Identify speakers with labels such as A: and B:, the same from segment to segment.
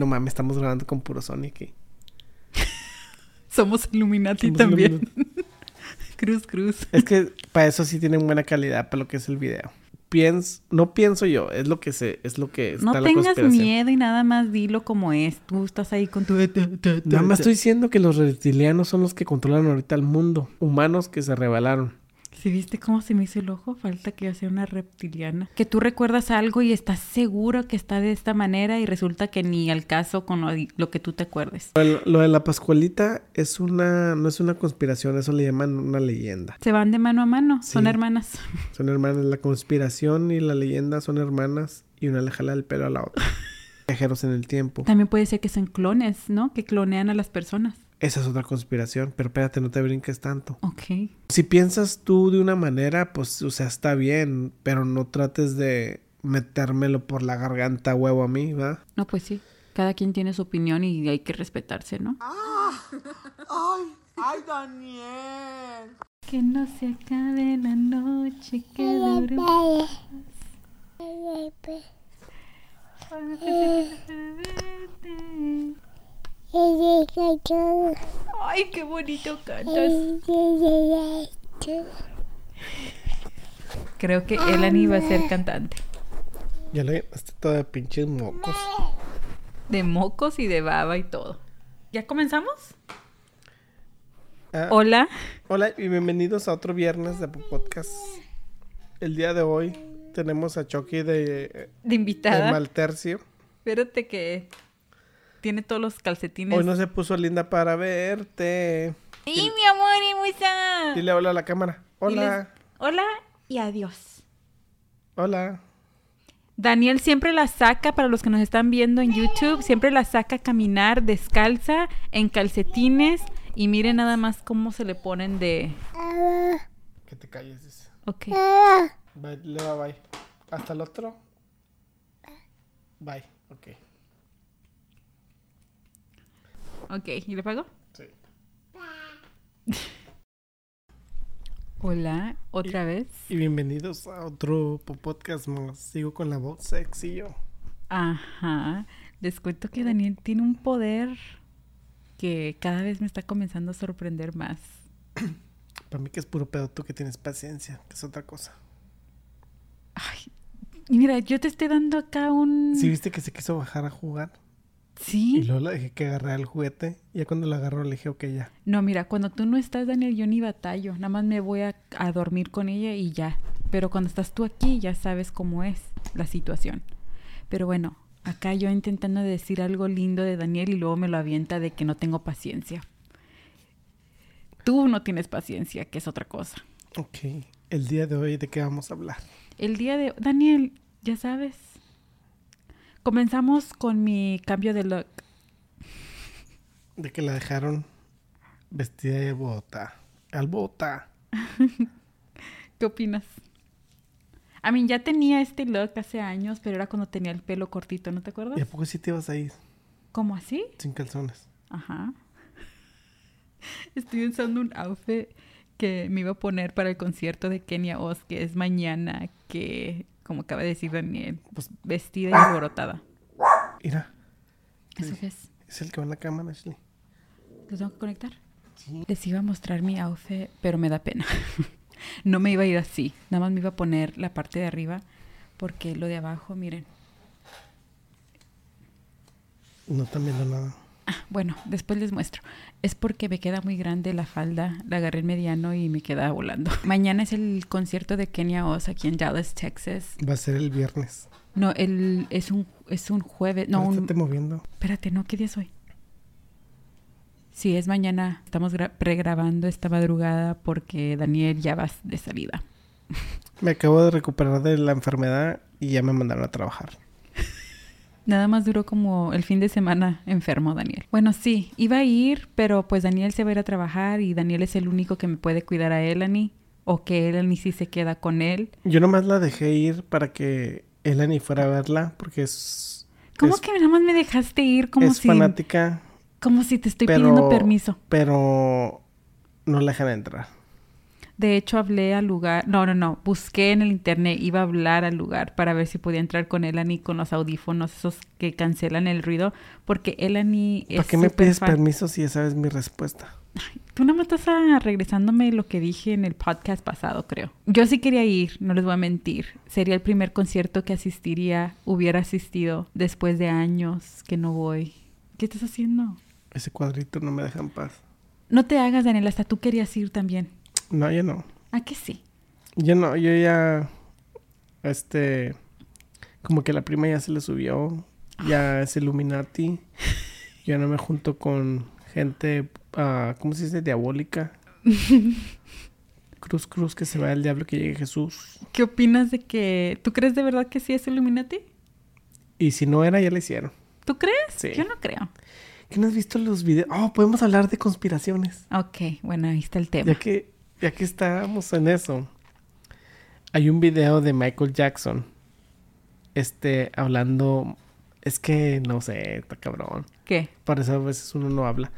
A: No mames, estamos grabando con puro Sony aquí.
B: Somos Illuminati
A: Somos
B: también.
A: Illuminati.
B: cruz, cruz.
A: Es que para eso sí tienen buena calidad para lo que es el video. Piens, no pienso yo, es lo que se, es lo que
B: No
A: está la
B: tengas
A: conspiración.
B: miedo y nada más dilo como es. Tú estás ahí con tu...
A: Nada más estoy diciendo que los reptilianos son los que controlan ahorita el mundo. Humanos que se rebelaron.
B: ¿Sí viste cómo se me hizo el ojo? Falta que yo sea una reptiliana. Que tú recuerdas algo y estás seguro que está de esta manera y resulta que ni al caso con lo, lo que tú te acuerdes.
A: Lo de, lo de la Pascualita es una, no es una conspiración, eso le llaman una leyenda.
B: Se van de mano a mano, son
A: Sí.
B: hermanas.
A: Son hermanas, la conspiración y la leyenda son hermanas y una le jala el pelo a la otra. Viajeros en el tiempo.
B: También puede ser que sean clones, ¿no? Que clonean a las personas.
A: Esa es otra conspiración, pero espérate, no te brinques tanto.
B: Ok.
A: Si piensas tú de una manera, pues, o sea, está bien, pero no trates de metérmelo por la garganta a huevo a mí, ¿va?
B: No, pues sí. Cada quien tiene su opinión y hay que respetarse, ¿no? ¡Ay! ¡Ay, Daniel! Que no se acabe la noche, que dure. ¡Ay, qué bonito cantas! Creo que Elani va a ser cantante.
A: Ya le ganaste todo de pinches mocos.
B: De mocos y de baba y todo. ¿Ya comenzamos?
A: Ah,
B: Hola.
A: hola y bienvenidos a otro viernes de Podcast. El día de hoy tenemos a Chucky de, eh,
B: De
A: de
B: invitada.
A: Maltercio.
B: Espérate que tiene todos los calcetines.
A: Hoy no se puso linda para verte.
B: ¡Y mi amor, y mucha!
A: Dile hola a la cámara. Hola,
B: Diles, Hola y adiós.
A: hola.
B: Daniel siempre la saca, para los que nos están viendo en YouTube, siempre la saca a caminar descalza, en calcetines. Y miren nada más cómo se le ponen de...
A: Que te calles, dice.
B: Ok.
A: Bye, le va, bye. Hasta el otro. Bye, ok.
B: Ok, ¿y le pago?
A: Sí.
B: Hola, otra vez.
A: Y bienvenidos a otro po- podcast más. Sigo con la voz sexy yo.
B: Ajá. Les cuento que Daniel tiene un poder que cada vez me está comenzando a sorprender más.
A: Para mí que es puro pedo, tú que tienes paciencia, que es otra cosa.
B: Ay, y mira, yo te estoy dando acá un...
A: Si viste que se quiso bajar a jugar y
B: Mm. Sí.
A: luego le dejé que agarrara el juguete. Y ya cuando lo agarró le dije, ok, ya.
B: No, mira, cuando tú no estás, Daniel, yo ni batallo. Nada más me voy a, a dormir con ella y ya. Pero cuando estás tú aquí, ya sabes cómo es la situación. Pero bueno, acá yo intentando decir algo lindo de Daniel y luego me lo avienta de que no tengo paciencia. Tú no tienes paciencia, que es otra cosa.
A: Ok, el día de hoy, ¿de qué vamos a hablar?
B: El día de... Daniel, ya sabes. Comenzamos con mi cambio de look.
A: De que la dejaron vestida de bota. Al bota.
B: ¿Qué opinas? A mí ya tenía este look hace años, pero era cuando tenía el pelo cortito, ¿no te acuerdas?
A: ¿Y a poco sí te ibas a ir
B: ¿Cómo así?
A: sin calzones?
B: Ajá. Estoy usando un outfit que me iba a poner para el concierto de Kenia Oz, que es mañana, que, como acaba de decir Daniel, pues vestida y alborotada.
A: Mira,
B: ¿Eso qué es?
A: es el que va en la cámara, Ashley.
B: ¿Lo tengo que conectar? Les iba a mostrar mi outfit, pero me da pena. no me iba a ir así. Nada más me iba a poner la parte de arriba, porque lo de abajo, miren.
A: No están viendo nada.
B: Ah, bueno, después les muestro. Es porque me queda muy grande la falda, la agarré en mediano y me queda volando. Mañana es el concierto de Kenia Oz aquí en Dallas, Texas.
A: Va a ser el viernes.
B: No, el, es, un, es un jueves. No,
A: Pero
B: un,
A: estate moviendo.
B: espérate, no, ¿qué día es hoy? Sí, es mañana. Estamos gra- pregrabando esta madrugada porque Daniel ya va de salida.
A: Me acabo de recuperar de la enfermedad y ya me mandaron a trabajar.
B: Nada más duró como el fin de semana enfermo Daniel. Bueno, sí, iba a ir, pero pues Daniel se va a ir a trabajar y Daniel es el único que me puede cuidar a Elani o que Elani sí se queda con él.
A: Yo nomás la dejé ir para que Eleni fuera a verla porque es,
B: ¿Cómo
A: es,
B: que nada más me dejaste ir como
A: es
B: si
A: fanática,
B: como si te estoy
A: pero
B: pidiendo permiso?
A: pero no la dejan entrar.
B: De hecho, hablé al lugar, no, no, no, busqué en el internet, iba a hablar al lugar para ver si podía entrar con Elani con los audífonos esos que cancelan el ruido, porque Elani es...
A: ¿Para qué me
B: súper
A: pides
B: fan.
A: permiso si ya sabes mi respuesta?
B: Tú no me estás ah, regresándome lo que dije en el podcast pasado, creo. Yo sí quería ir, no les voy a mentir. Sería el primer concierto que asistiría, hubiera asistido después de años que no voy. ¿Qué estás haciendo?
A: Ese cuadrito no me deja en paz.
B: No te hagas, Daniel, hasta tú querías ir también.
A: No, yo no.
B: ¿A que sí?
A: Yo no, yo ya. Este. Como que la prima ya se le subió. Ya es Illuminati. Yo no me junto con gente. ah, ¿Cómo se dice? Diabólica. Cruz, cruz, que se vaya el diablo, que llegue Jesús.
B: ¿Qué opinas de que... ¿Tú crees de verdad que sí es Illuminati?
A: Y si no era, ya le hicieron.
B: ¿Tú crees?
A: Sí.
B: Yo no creo.
A: ¿Qué no has visto los videos? Oh, podemos hablar de conspiraciones.
B: Ok, bueno, ahí está el
A: Ya
B: tema.
A: que, ya que estábamos en eso, hay un video de Michael Jackson, este, hablando, es que no sé, está cabrón,
B: ¿Qué?
A: por eso a veces uno no habla.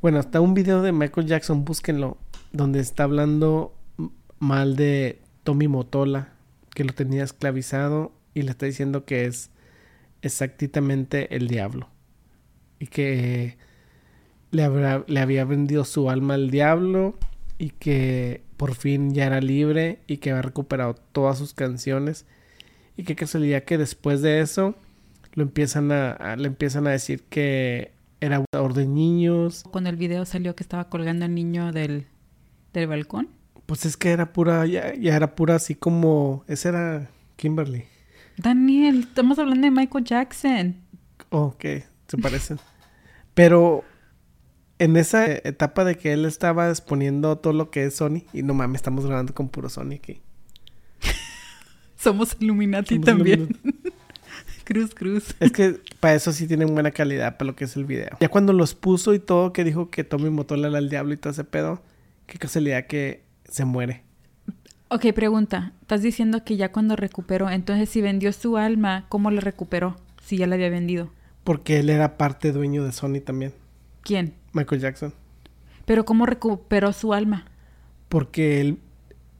A: Bueno, está un video de Michael Jackson, búsquenlo, donde está hablando m- mal de Tommy Motola, que lo tenía esclavizado y le está diciendo que es exactamente el diablo y que le, habrá- le había vendido su alma al diablo y que por fin ya era libre y que había recuperado todas sus canciones y que casualidad que después de eso lo empiezan a, a- le empiezan a decir que era abusador de niños
B: Cuando el video salió que estaba colgando al niño del, del balcón.
A: pues es que era pura ya, ya era pura así como esa era Kimberly
B: Daniel, estamos hablando de Michael Jackson.
A: Oh, que se parecen. Pero en esa etapa de que él estaba exponiendo todo lo que es Sony, y no mames, estamos grabando con puro Sony aquí.
B: Somos Illuminati
A: Somos
B: también.
A: Illuminati.
B: cruz, cruz.
A: Es que para eso sí tienen buena calidad para lo que es el video. Ya cuando los puso y todo, que dijo que Tommy Motola era el diablo y todo ese pedo, qué casualidad que se muere.
B: Ok, pregunta. Estás diciendo que ya cuando recuperó, entonces si vendió su alma, ¿cómo la recuperó? Si ya la había vendido.
A: Porque él era parte dueño de Sony también,
B: ¿Quién?
A: Michael Jackson.
B: Pero ¿cómo recuperó su alma?
A: Porque él,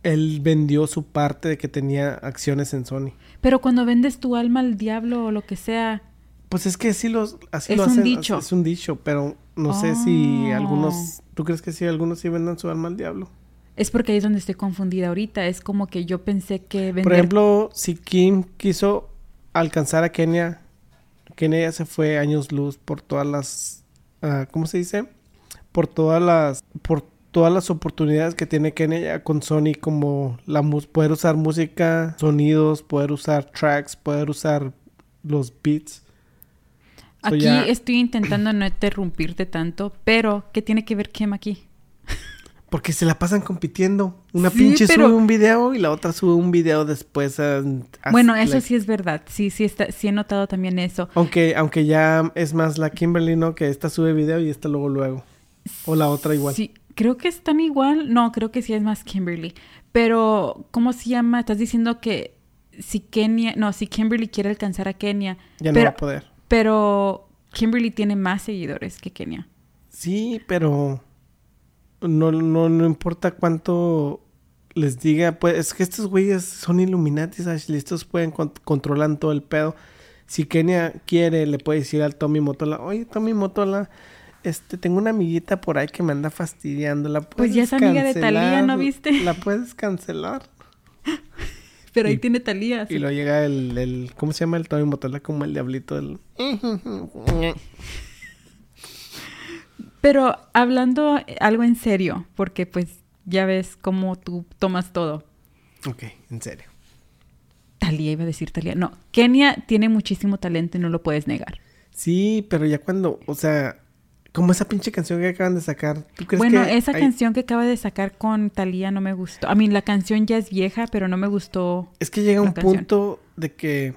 A: él vendió su parte de que tenía acciones en Sony.
B: Pero cuando vendes tu alma al diablo o lo que sea,
A: Pues es que sí los, así
B: Es
A: lo
B: un
A: hacen.
B: dicho.
A: Es un dicho, pero no sé si
B: Oh.
A: algunos. ¿Tú crees que sí algunos sí vendan su alma al diablo?
B: es porque ahí es donde estoy confundida ahorita. Es como que yo pensé que vender...
A: Por ejemplo, si Kim quiso alcanzar a Kenia, Kenia ya se fue años luz por todas las. ah, ¿Cómo se dice? Por todas las. Por todas las oportunidades que tiene Kenia ya con Sony, como la mus- poder usar música, sonidos, poder usar tracks, poder usar los beats. So
B: aquí
A: ya-
B: estoy intentando no interrumpirte tanto, pero ¿qué tiene que ver Kim aquí?
A: Porque se la pasan compitiendo. Una
B: Sí,
A: pinche
B: pero-
A: sube un video y la otra sube un video después. ah, as-
B: Bueno,
A: like-
B: eso sí es verdad. Sí, sí, está, sí he notado también eso.
A: Aunque, aunque ya es más la Kimberly, ¿no? Que esta sube video y esta luego, luego. O la otra igual.
B: Sí, creo que están igual. No, creo que sí es más Kimberly. Pero, ¿cómo se llama? Estás diciendo que si Kenia, no, si Kimberly quiere alcanzar a Kenia,
A: ya no
B: pero,
A: va a poder.
B: pero Kimberly tiene más seguidores que Kenia.
A: Sí, pero no, no, no importa cuánto les diga. Pues es que estos güeyes son Illuminatis, Ashley. Estos pueden con- controlan todo el pedo. Si Kenia quiere, le puede decir al Tommy Motola, oye Tommy Motola, este, tengo una amiguita por ahí que me anda fastidiando. ¿La
B: Pues ya
A: puedes
B: es amiga de
A: cancelar?
B: Thalía, ¿no viste?
A: La puedes cancelar.
B: Pero ahí
A: Y-
B: tiene Talía.
A: Y luego llega el, el- ¿cómo se llama el Tommy Motola? Como el diablito del...
B: Pero hablando eh, algo en serio, porque pues ya ves cómo tú tomas todo.
A: ok, en serio.
B: Talía iba a decir Talía. No, Kenia tiene muchísimo talento y no lo puedes negar.
A: Sí, pero ya cuando, o sea, como esa pinche canción que acaban de sacar, ¿tú crees
B: Bueno,
A: que
B: esa
A: hay-
B: canción que acaba de sacar con Talía no me gustó. A mí la canción ya es vieja, pero no me gustó.
A: es que llega
B: la
A: un
B: canción.
A: punto de que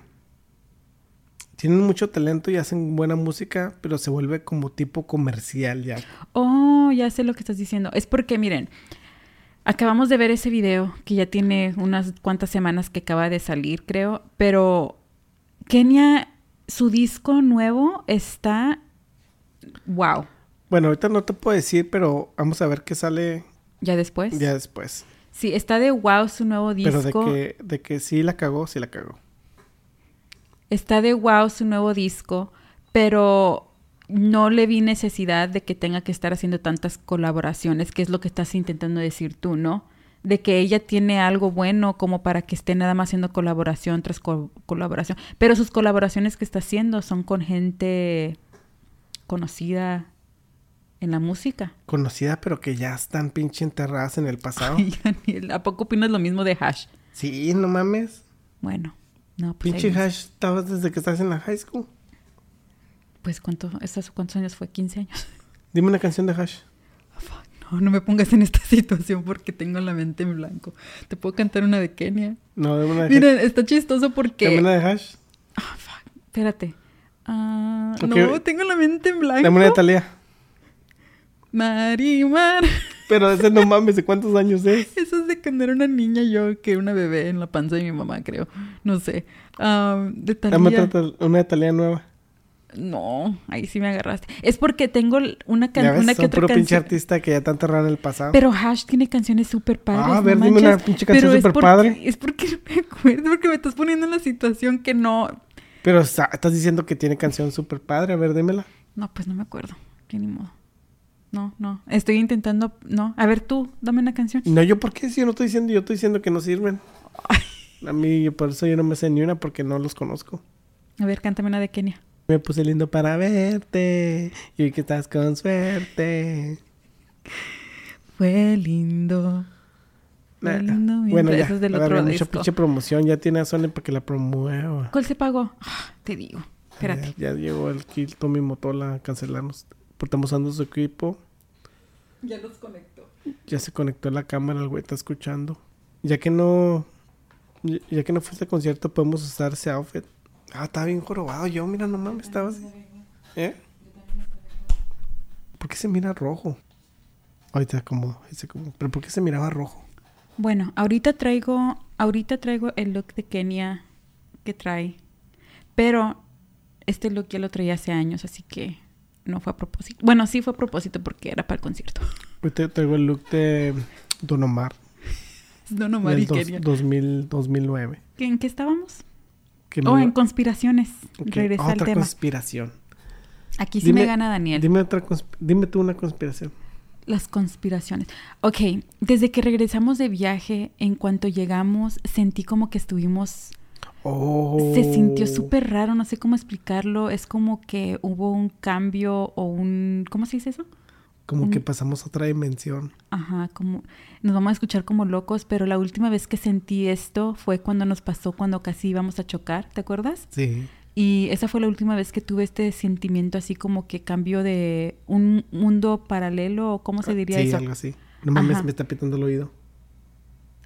A: tienen mucho talento y hacen buena música, pero se vuelve como tipo comercial ya.
B: Oh, ya sé lo que estás diciendo. Es porque, miren, acabamos de ver ese video que ya tiene unas cuantas semanas que acaba de salir, creo, pero Kenia, su disco nuevo está... ¡Wow!
A: Bueno, ahorita no te puedo decir, pero vamos a ver qué sale
B: Ya después.
A: ya después.
B: Sí, está de wow su nuevo Pues, disco.
A: Pero de que, de que sí la cagó, sí la cagó.
B: Está de wow su nuevo disco, pero no le vi necesidad de que tenga que estar haciendo tantas colaboraciones, que es lo que estás intentando decir tú, ¿no? De que ella tiene algo bueno como para que esté nada más haciendo colaboración tras co- colaboración. Pero sus colaboraciones que está haciendo son con gente conocida en la música.
A: Conocida, pero que ya están pinche enterradas en el pasado.
B: Ay, Daniel, ¿a poco opinas lo mismo de Hash?
A: Sí, no mames.
B: Bueno, no, pues.
A: Pinche
B: ahí-
A: hash estabas desde que estás en la high school.
B: Pues, ¿cuánto, esas- ¿cuántos años fue? ¿15 años?
A: Dime una canción de hash.
B: Fuck, No, no me pongas en esta situación porque tengo la mente en blanco. Te puedo cantar una de Kenia.
A: No, dime una de hash.
B: Miren, está chistoso
A: Dame
B: porque.
A: una de hash.
B: Ah, fuck, Espérate. Ah,
A: Ok.
B: No, tengo la mente en blanco.
A: Dame una de Talía.
B: Marimar.
A: Pero ese no mames, ¿de cuántos años es?
B: Eso es de cuando era una niña yo, que una bebé en la panza de mi mamá, creo. No sé. Ah, de
A: Dame
B: Thalía.
A: otra tal- una de Talía nueva.
B: No, ahí sí me agarraste. Es porque tengo l- una, can-
A: Ya ves,
B: una que
A: son
B: otra
A: puro pinche
B: canción.
A: artista que ya está enterrado en el pasado.
B: Pero Hash tiene canciones súper padres.
A: Ah, a
B: no
A: ver, dime una
B: manches.
A: pinche canción
B: Pero es
A: súper
B: porque-
A: padre.
B: Es porque no me acuerdo, porque me estás poniendo en la situación que no.
A: Pero sa- estás diciendo que tiene canción súper padre. A ver, dímela.
B: No, pues no me acuerdo. Que ni modo. No, no. Estoy intentando. No. A ver, tú, dame una canción.
A: No, yo por qué si yo no estoy diciendo, yo estoy diciendo que no sirven. A mí, yo por eso yo no me sé ni una porque no los conozco.
B: A ver, cántame una de Kenia.
A: Me puse lindo para verte y hoy que estás con suerte.
B: Fue lindo. Fue
A: Nah,
B: lindo
A: bueno,
B: mientras-
A: ya.
B: eso es del
A: agarré
B: otro
A: mucha
B: disco.
A: pinche promoción. Ya tiene a Sony para que la promueva.
B: ¿Cuál se pagó? Ah, te digo. Espérate.
A: Ya, ya llegó el Kill Tommy Motola a cancelarnos. Porque estamos usando su equipo.
B: Ya los conectó.
A: Ya se conectó la cámara, el güey está escuchando. Ya que no. Ya ya que no fuiste al concierto, podemos usar ese outfit. Ah, estaba bien jorobado yo, mira, no mames, estaba así. ¿Eh? ¿Por qué se mira rojo? Ahorita acomodo, ahí se acomodo. Pero ¿por qué se miraba rojo?
B: Bueno, ahorita traigo, ahorita traigo el look de Kenia que trae, pero este look ya lo traía hace años, así que no fue a propósito. Bueno, sí fue a propósito porque era para el concierto.
A: Ahorita traigo el look de Don Omar.
B: No, no, Mari
A: del dos-
B: Kenia.
A: 2000, 2009.
B: ¿En qué estábamos?
A: Que
B: Oh,
A: me-
B: en conspiraciones.
A: ok, Ah,
B: Regresa al
A: otra
B: tema.
A: conspiración.
B: Aquí sí
A: Dime-
B: me gana Daniel.
A: Dime, otra consp- dime tú una conspiración.
B: Las conspiraciones. Ok, desde que regresamos de viaje, en cuanto llegamos, sentí como que estuvimos
A: Oh.
B: Se sintió súper raro, no sé cómo explicarlo. Es como que hubo un cambio o un... ¿Cómo se dice eso?
A: Como que pasamos a otra dimensión.
B: Ajá, como... Nos vamos a escuchar como locos, pero la última vez que sentí esto fue cuando nos pasó, cuando casi íbamos a chocar, ¿te acuerdas?
A: Sí.
B: Y esa fue la última vez que tuve este sentimiento así como que cambio de un mundo paralelo, o ¿cómo se diría
A: Ah, sí,
B: eso?
A: algo así. No mames,
B: Ajá.
A: me está pitando el oído.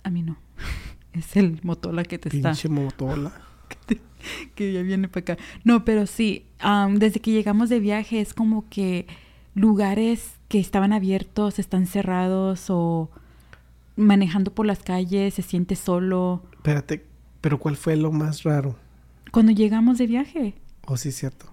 B: A mí no. Es el motola que te está...
A: Pinche motola.
B: que ya viene para acá. No, pero sí, am, desde que llegamos de viaje es como que lugares que estaban abiertos están cerrados o manejando por las calles se siente solo.
A: Espérate, pero ¿cuál fue lo más raro?
B: Cuando llegamos de viaje,
A: Oh, sí, cierto.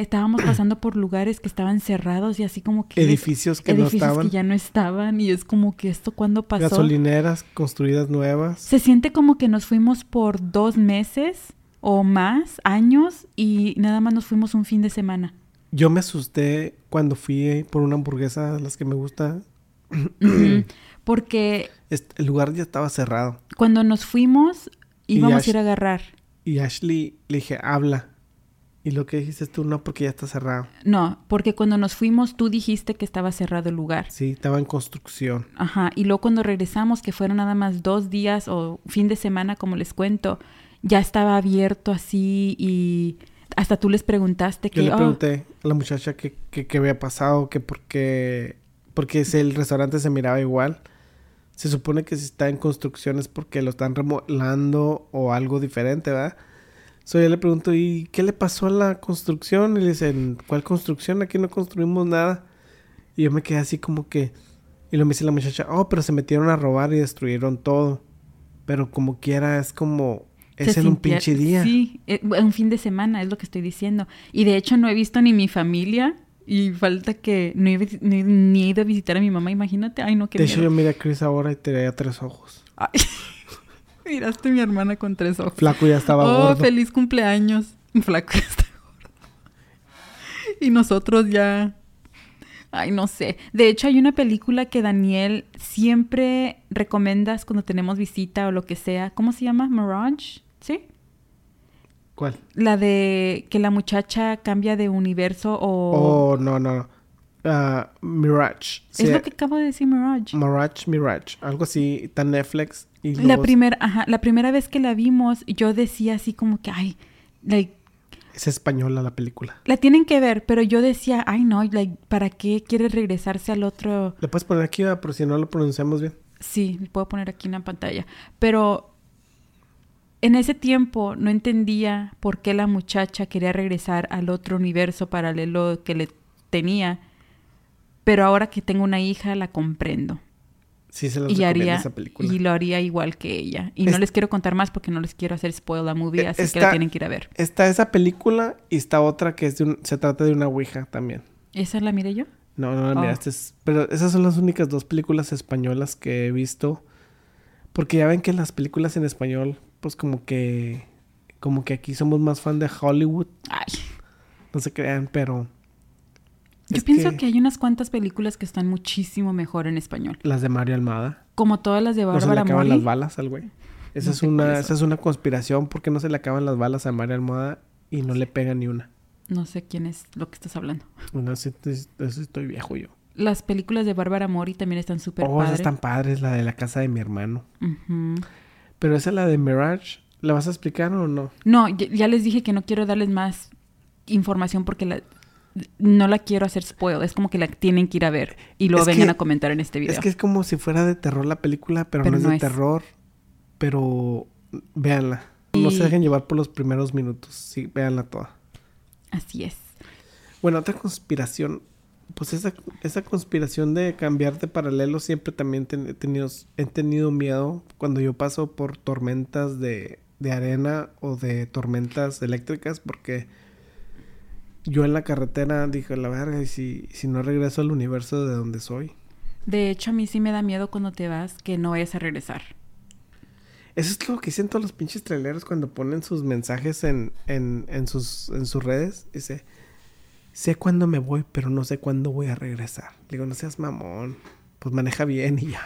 B: estábamos pasando por lugares que estaban cerrados y así como que...
A: Edificios que
B: edificios
A: no estaban.
B: que ya no estaban y es como que esto cuando pasó...
A: Gasolineras construidas nuevas.
B: Se siente como que nos fuimos por dos meses o más, años, y nada más nos fuimos un fin de semana.
A: Yo me asusté cuando fui eh, por una hamburguesa, las que me gusta.
B: Ujú, Porque
A: Est- El lugar ya estaba cerrado.
B: cuando nos fuimos
A: Y
B: íbamos
A: Ash-
B: a ir a agarrar.
A: Y Ashley le dije, habla. Y lo que dijiste tú, no, porque ya está cerrado.
B: No, porque cuando nos fuimos tú dijiste que estaba cerrado el lugar.
A: Sí, estaba en construcción.
B: Ajá, y luego cuando regresamos, que fueron nada más dos días o fin de semana, como les cuento, ya estaba abierto así y hasta tú les preguntaste
A: Yo
B: que...
A: le
B: "Oh,
A: pregunté a la muchacha que, que- que había pasado, que por qué porque si el restaurante se miraba igual. Se supone que si está en construcción es porque lo están remodelando o algo diferente, ¿verdad? So, yo le pregunto, ¿y qué le pasó a la construcción? Y le dicen, ¿cuál construcción? Aquí no construimos nada. Y yo me quedé así como que... Y lo me dice la muchacha, oh, pero se metieron a robar y destruyeron todo. Pero como quiera, es como...
B: se
A: Es en un
B: sintiera-
A: pinche día.
B: Sí, eh, un fin de semana, es lo que estoy diciendo. Y de hecho no he visto ni mi familia, Y falta que no he, vi- ni, ni he ido a visitar a mi mamá, imagínate. Ay, no, qué
A: de hecho, yo
B: miedo.
A: miré a Chris ahora y tenía tres ojos.
B: Ay, miraste a mi hermana con tres ojos.
A: Flaco ya estaba
B: oh,
A: gordo.
B: feliz cumpleaños. Flaco ya está gordo. Y nosotros ya. Ay, no sé. De hecho, hay una película que Daniel siempre recomiendas cuando tenemos visita o lo que sea. ¿Cómo se llama? Mirage, ¿sí?
A: ¿Cuál?
B: La de que la muchacha cambia de universo o...
A: Oh, no, no, no. Ah, Mirage. Sí,
B: Es lo que acabo de decir, Mirage.
A: Mirage, Mirage. Algo así, está en Netflix. Y
B: La
A: luego
B: primera, ajá, la primera vez que la vimos, yo decía así como que, ay, like,
A: es española la película.
B: la tienen que ver, pero yo decía, ay, no, like, ¿para qué quiere regresarse al otro?
A: Le puedes poner aquí, ah, por si no lo pronunciamos bien.
B: Sí, lo puedo poner aquí en la pantalla. Pero en ese tiempo no entendía por qué la muchacha quería regresar al otro universo paralelo que le tenía. Pero ahora que tengo una hija, la comprendo.
A: Sí, se las
B: Y
A: recomiendo
B: haría
A: esa película.
B: y lo haría igual que ella. Y no
A: Es-
B: les quiero contar más porque no les quiero hacer spoil la movie,
A: Eh,
B: así que
A: está-
B: la tienen que ir a ver.
A: Está esa película y está otra que es de un- se trata de una ouija también.
B: ¿Esa la miré yo?
A: No, no la
B: Oh.
A: miraste. es- Pero esas son las únicas dos películas españolas que he visto. Porque ya ven que las películas en español, pues como que... Como que aquí somos más fan de Hollywood.
B: Ay.
A: No se crean, pero...
B: Yo
A: es
B: pienso que... hay unas cuantas películas que están muchísimo mejor en español.
A: Las de Mario Almada.
B: Como todas las de
A: No se le
B: Bárbara
A: acaban
B: Mori.
A: las balas al güey. Esa,
B: No
A: es
B: sé cuáles
A: una,
B: son.
A: esa es una conspiración porque no se le acaban las balas a Mario Almada y no le pegan ni una.
B: No sé quién es lo que estás hablando.
A: No sé, es- eso estoy viejo yo.
B: Las películas de Bárbara Mori también están súper
A: oh,
B: padres.
A: esas están padres, la de la casa de mi hermano.
B: Ujú.
A: Pero esa la de Mirage, ¿la vas a explicar o no?
B: No, ya, ya les dije que no quiero darles más información porque la- no la quiero hacer spoil. Es como que la tienen que ir a ver y lo
A: Es
B: vengan
A: que-
B: a comentar en este video.
A: Es que es como si fuera de terror la película, pero,
B: Pero
A: no es
B: no
A: de
B: es.
A: terror. Pero véanla. No
B: Y-
A: se dejen llevar por los primeros minutos. Sí, véanla toda.
B: Así es.
A: Bueno, otra conspiración. Pues esa, esa conspiración de cambiar de paralelo siempre también ten- he, tenido, he tenido miedo cuando yo paso por tormentas de, de arena o de tormentas eléctricas porque yo en la carretera dije, la verga, y si, si no regreso al universo de donde soy.
B: De hecho, a mí sí me da miedo cuando te vas que no vayas a regresar.
A: Eso es lo que dicen todos los pinches traileros cuando ponen sus mensajes en, en, en sus, en sus redes. Dice, sé cuándo me voy, pero no sé cuándo voy a regresar. Le digo, no seas mamón. Pues maneja bien y ya.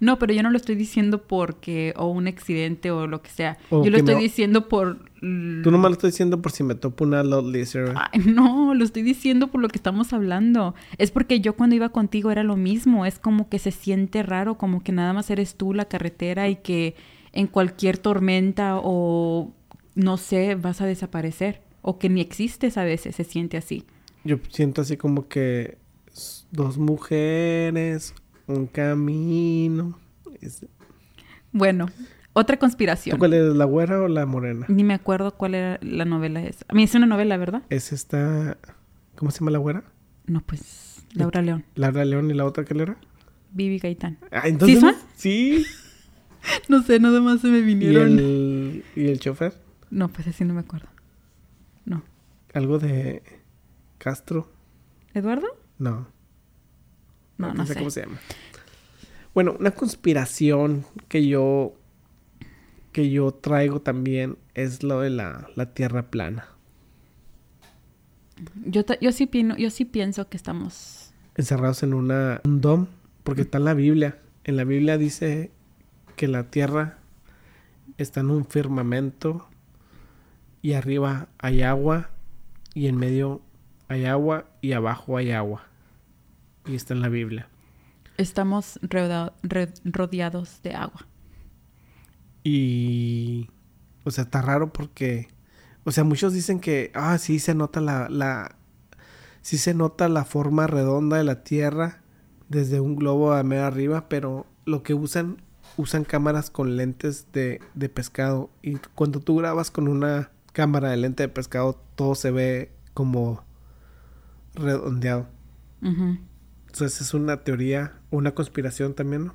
B: No, pero yo no lo estoy diciendo porque o un accidente o lo que sea.
A: O
B: yo lo
A: que me-
B: estoy diciendo por l-
A: Tú nomás lo estoy diciendo por si me topo una Lot Lizard.
B: Ay, no, lo estoy diciendo por lo que estamos hablando. Es porque yo cuando iba contigo era lo mismo. Es como que se siente raro, como que nada más eres tú la carretera y que en cualquier tormenta o no sé, vas a desaparecer. O que ni existes a veces, se siente así.
A: Yo siento así como que s- dos mujeres, un camino. Es-
B: Bueno, otra
A: ¿Tú
B: conspiración.
A: cuál eres, la güera o la morena?
B: Ni me acuerdo cuál era la novela esa. A mí es una novela, ¿verdad?
A: Es esta... ¿Cómo se llama la güera?
B: No, pues Laura León,
A: Laura León y la otra que le era.
B: Vivi Gaitán.
A: Ah, entonces...
B: son?
A: Sí.
B: No sé, nada más se me
A: ¿Y
B: vinieron.
A: el, y el chofer,
B: No, pues así no me acuerdo. No.
A: algo de Castro,
B: ¿Eduardo?
A: no,
B: No, no
A: no sé
B: sé.
A: cómo se llama. Bueno, una conspiración que yo que yo traigo también es lo de la, la tierra plana.
B: Yo, ta- yo, sí pino- yo sí pienso que estamos...
A: Encerrados en una un dom, porque está en la Biblia. En la Biblia dice que la tierra está en un firmamento y arriba hay agua y en medio hay agua y abajo hay agua. Y está en la Biblia.
B: Estamos roda- re- rodeados de agua.
A: Y. O sea, está raro porque. O sea, muchos dicen que. Ah, sí se nota la. la sí se nota la forma redonda de la Tierra. Desde un globo a medio arriba. Pero lo que usan. Usan cámaras con lentes de, de pescado. Y cuando tú grabas con una cámara de lente de pescado. Todo se ve como. Redondeado.
B: Ujú.
A: Entonces es una teoría. Una conspiración también, ¿no?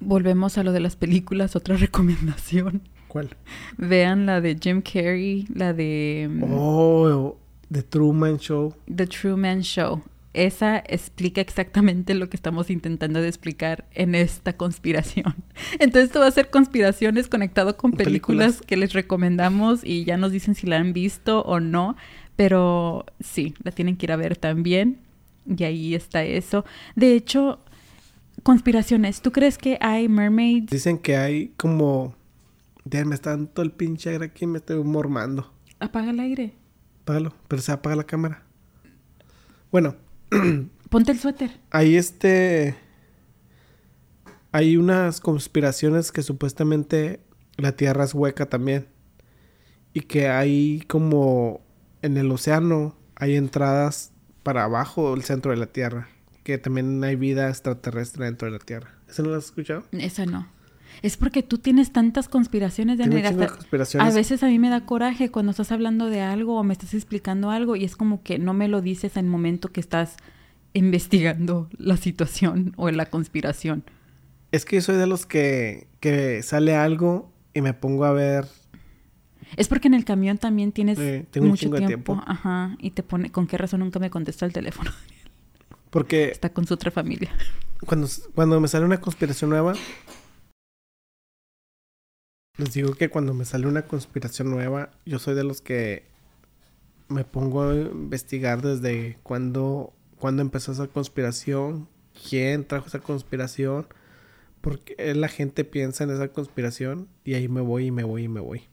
B: Volvemos a lo de las películas, otra recomendación.
A: ¿Cuál?
B: Vean la de Jim Carrey, la de... mm,
A: Oh, The Truman Show.
B: The Truman Show. Esa explica exactamente lo que estamos intentando de explicar en esta conspiración. Entonces esto va a ser conspiraciones conectado con películas,
A: Películas.
B: que les recomendamos y ya nos dicen si la han visto o no, pero sí, la tienen que ir a ver también. Y ahí está eso. De hecho, conspiraciones. ¿Tú crees que hay mermaids?
A: Dicen que hay como... Ya me está dando todo el pinche aire aquí, me estoy mormando.
B: Apaga el aire.
A: Págalo, pero se apaga la cámara. Bueno,
B: Ponte el suéter.
A: hay este... Hay unas conspiraciones que supuestamente la Tierra es hueca también. Y que hay como en el océano hay entradas para abajo del centro de la Tierra. Que también hay vida extraterrestre dentro de la Tierra. ¿Eso no lo has escuchado?
B: Esa no. Es porque tú tienes tantas conspiraciones de
A: Tengo un
B: negar-
A: chingo de conspiraciones.
B: A veces a mí me da coraje cuando estás hablando de algo o me estás explicando algo y es como que no me lo dices en el momento que estás investigando la situación o la conspiración.
A: Es que yo soy de los que, que sale algo y me pongo a ver.
B: Es porque en el camión también tienes
A: Eh, tengo un
B: mucho
A: chingo de
B: tiempo,
A: tiempo.
B: Ajá. Y te pone, ¿con qué razón nunca me contesta el teléfono?
A: Porque
B: Está con su otra familia.
A: cuando, cuando me sale una conspiración nueva. Les digo que cuando me sale una conspiración nueva, yo soy de los que me pongo a investigar desde cuándo, cuándo empezó esa conspiración, quién trajo esa conspiración, por qué la gente piensa en esa conspiración y ahí me voy y me voy y me voy.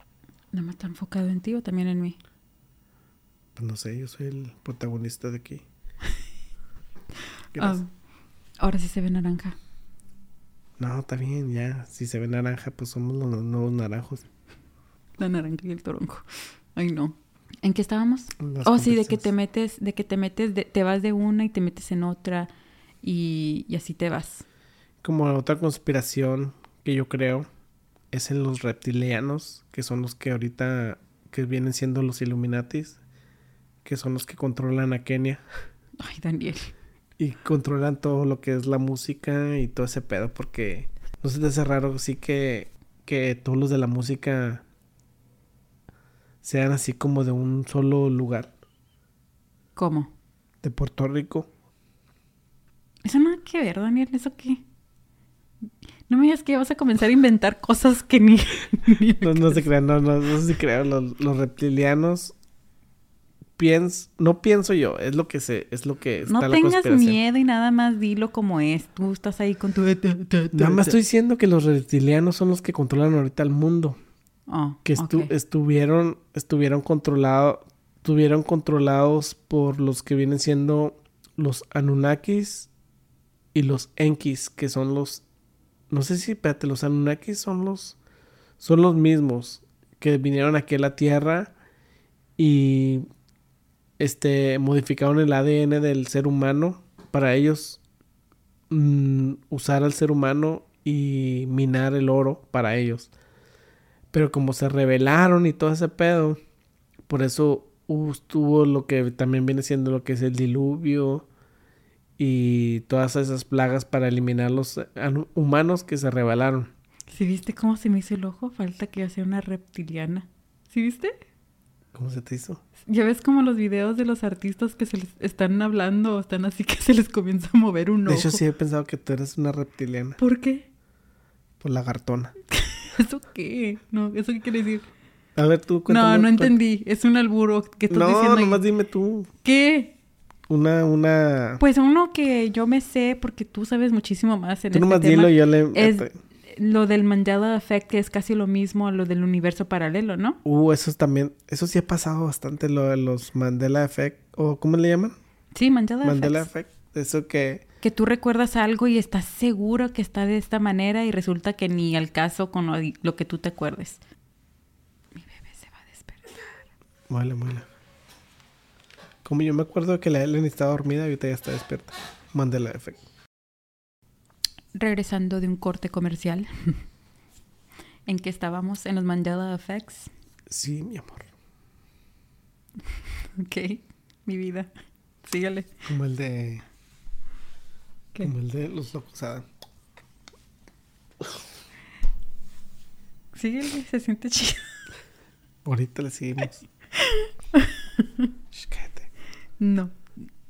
B: ¿No me está enfocado en ti o también en mí?
A: Pues no sé, yo soy el protagonista de aquí.
B: Ah,
A: Gracias.
B: ahora sí se ve naranja.
A: No, está bien, ya. Si se ve naranja, pues somos los nuevos naranjos.
B: La naranja y el toronco. Ay, no. ¿En qué estábamos?
A: Las
B: oh, sí, de que
A: conversaciones.
B: te metes, de que te metes, de- te vas de una y te metes en otra y, y así te vas.
A: Como otra conspiración que yo creo es en los reptilianos, que son los que ahorita que vienen siendo los Illuminatis, que son los que controlan a Kenia
B: Ay, Daniel.
A: y controlan todo lo que es la música y todo ese pedo, porque no se te hace raro, sí que, que todos los de la música sean así como de un solo lugar,
B: ¿Cómo?
A: de Puerto Rico.
B: Eso nada que ver, Daniel. ¿Eso qué? No me digas que vas a comenzar a inventar cosas que ni... ni-
A: No, no se crean, no, no, no se crean. Los, los reptilianos piens, no pienso yo, es lo que sé, es lo que está
B: No
A: la
B: tengas
A: conspiración.
B: miedo y nada más dilo como es. Tú estás ahí con tu...
A: Nada más estoy diciendo que los reptilianos son los que controlan ahorita el mundo.
B: Oh,
A: Que estu-
B: ok.
A: estuvieron, estuvieron controlado, estuvieron controlados por los que vienen siendo los Anunnakis y los Enkis, que son los, no sé si, espérate, los Anunnakis son los, son los mismos que vinieron aquí a la Tierra y, este, modificaron el ADN del ser humano para ellos mm, usar al ser humano y minar el oro para ellos. Pero como se rebelaron y todo ese pedo, por eso hubo- estuvo lo que también viene siendo lo que es el diluvio y todas esas plagas para eliminar los eh, anu- humanos que se rebelaron.
B: ¿Sí viste cómo se me hizo el ojo? Falta que yo sea una reptiliana. ¿Sí viste?
A: ¿Cómo se te hizo?
B: Ya ves como los videos de los artistas que se les están hablando o están así que se les comienza a mover un ojo.
A: De hecho, sí he pensado que tú eres una reptiliana
B: ¿Por qué?
A: por lagartona.
B: ¿Eso qué? No, ¿eso qué quiere decir?
A: A ver, tú
B: no,
A: cuéntame,
B: no
A: cuént-
B: entendí. Es un alburo que estás
A: No,
B: diciendo. ahí.
A: nomás dime tú.
B: ¿Qué?
A: Una, una.
B: Pues uno que yo me sé porque tú sabes muchísimo más en
A: tú
B: este
A: nomás
B: tema.
A: dilo y yo le.
B: es- Lo del Mandela Effect que es casi lo mismo a lo del universo paralelo, ¿no?
A: Uh, eso es también. Eso sí ha pasado bastante, lo de los Mandela Effect. ¿O cómo le llaman?
B: Sí, Mandela,
A: Mandela
B: Effect.
A: Effect. Eso que.
B: Que tú recuerdas algo y estás seguro que está de esta manera y resulta que ni al caso con lo, lo que tú te acuerdes. Mi bebé se va a despertar.
A: Muela, muela. Como yo me acuerdo que la Ellen estaba dormida y ahorita ya está despierta. Mandela Effect.
B: Regresando de un corte comercial. ¿En que estábamos? En los Mandela Effects.
A: Sí, mi amor.
B: Ok, mi vida. Sígale.
A: Como el de.
B: ¿Qué?
A: Como el de los locos ah, Adam.
B: Síguele, se siente chido.
A: Ahorita le seguimos. Shh, cállate.
B: No.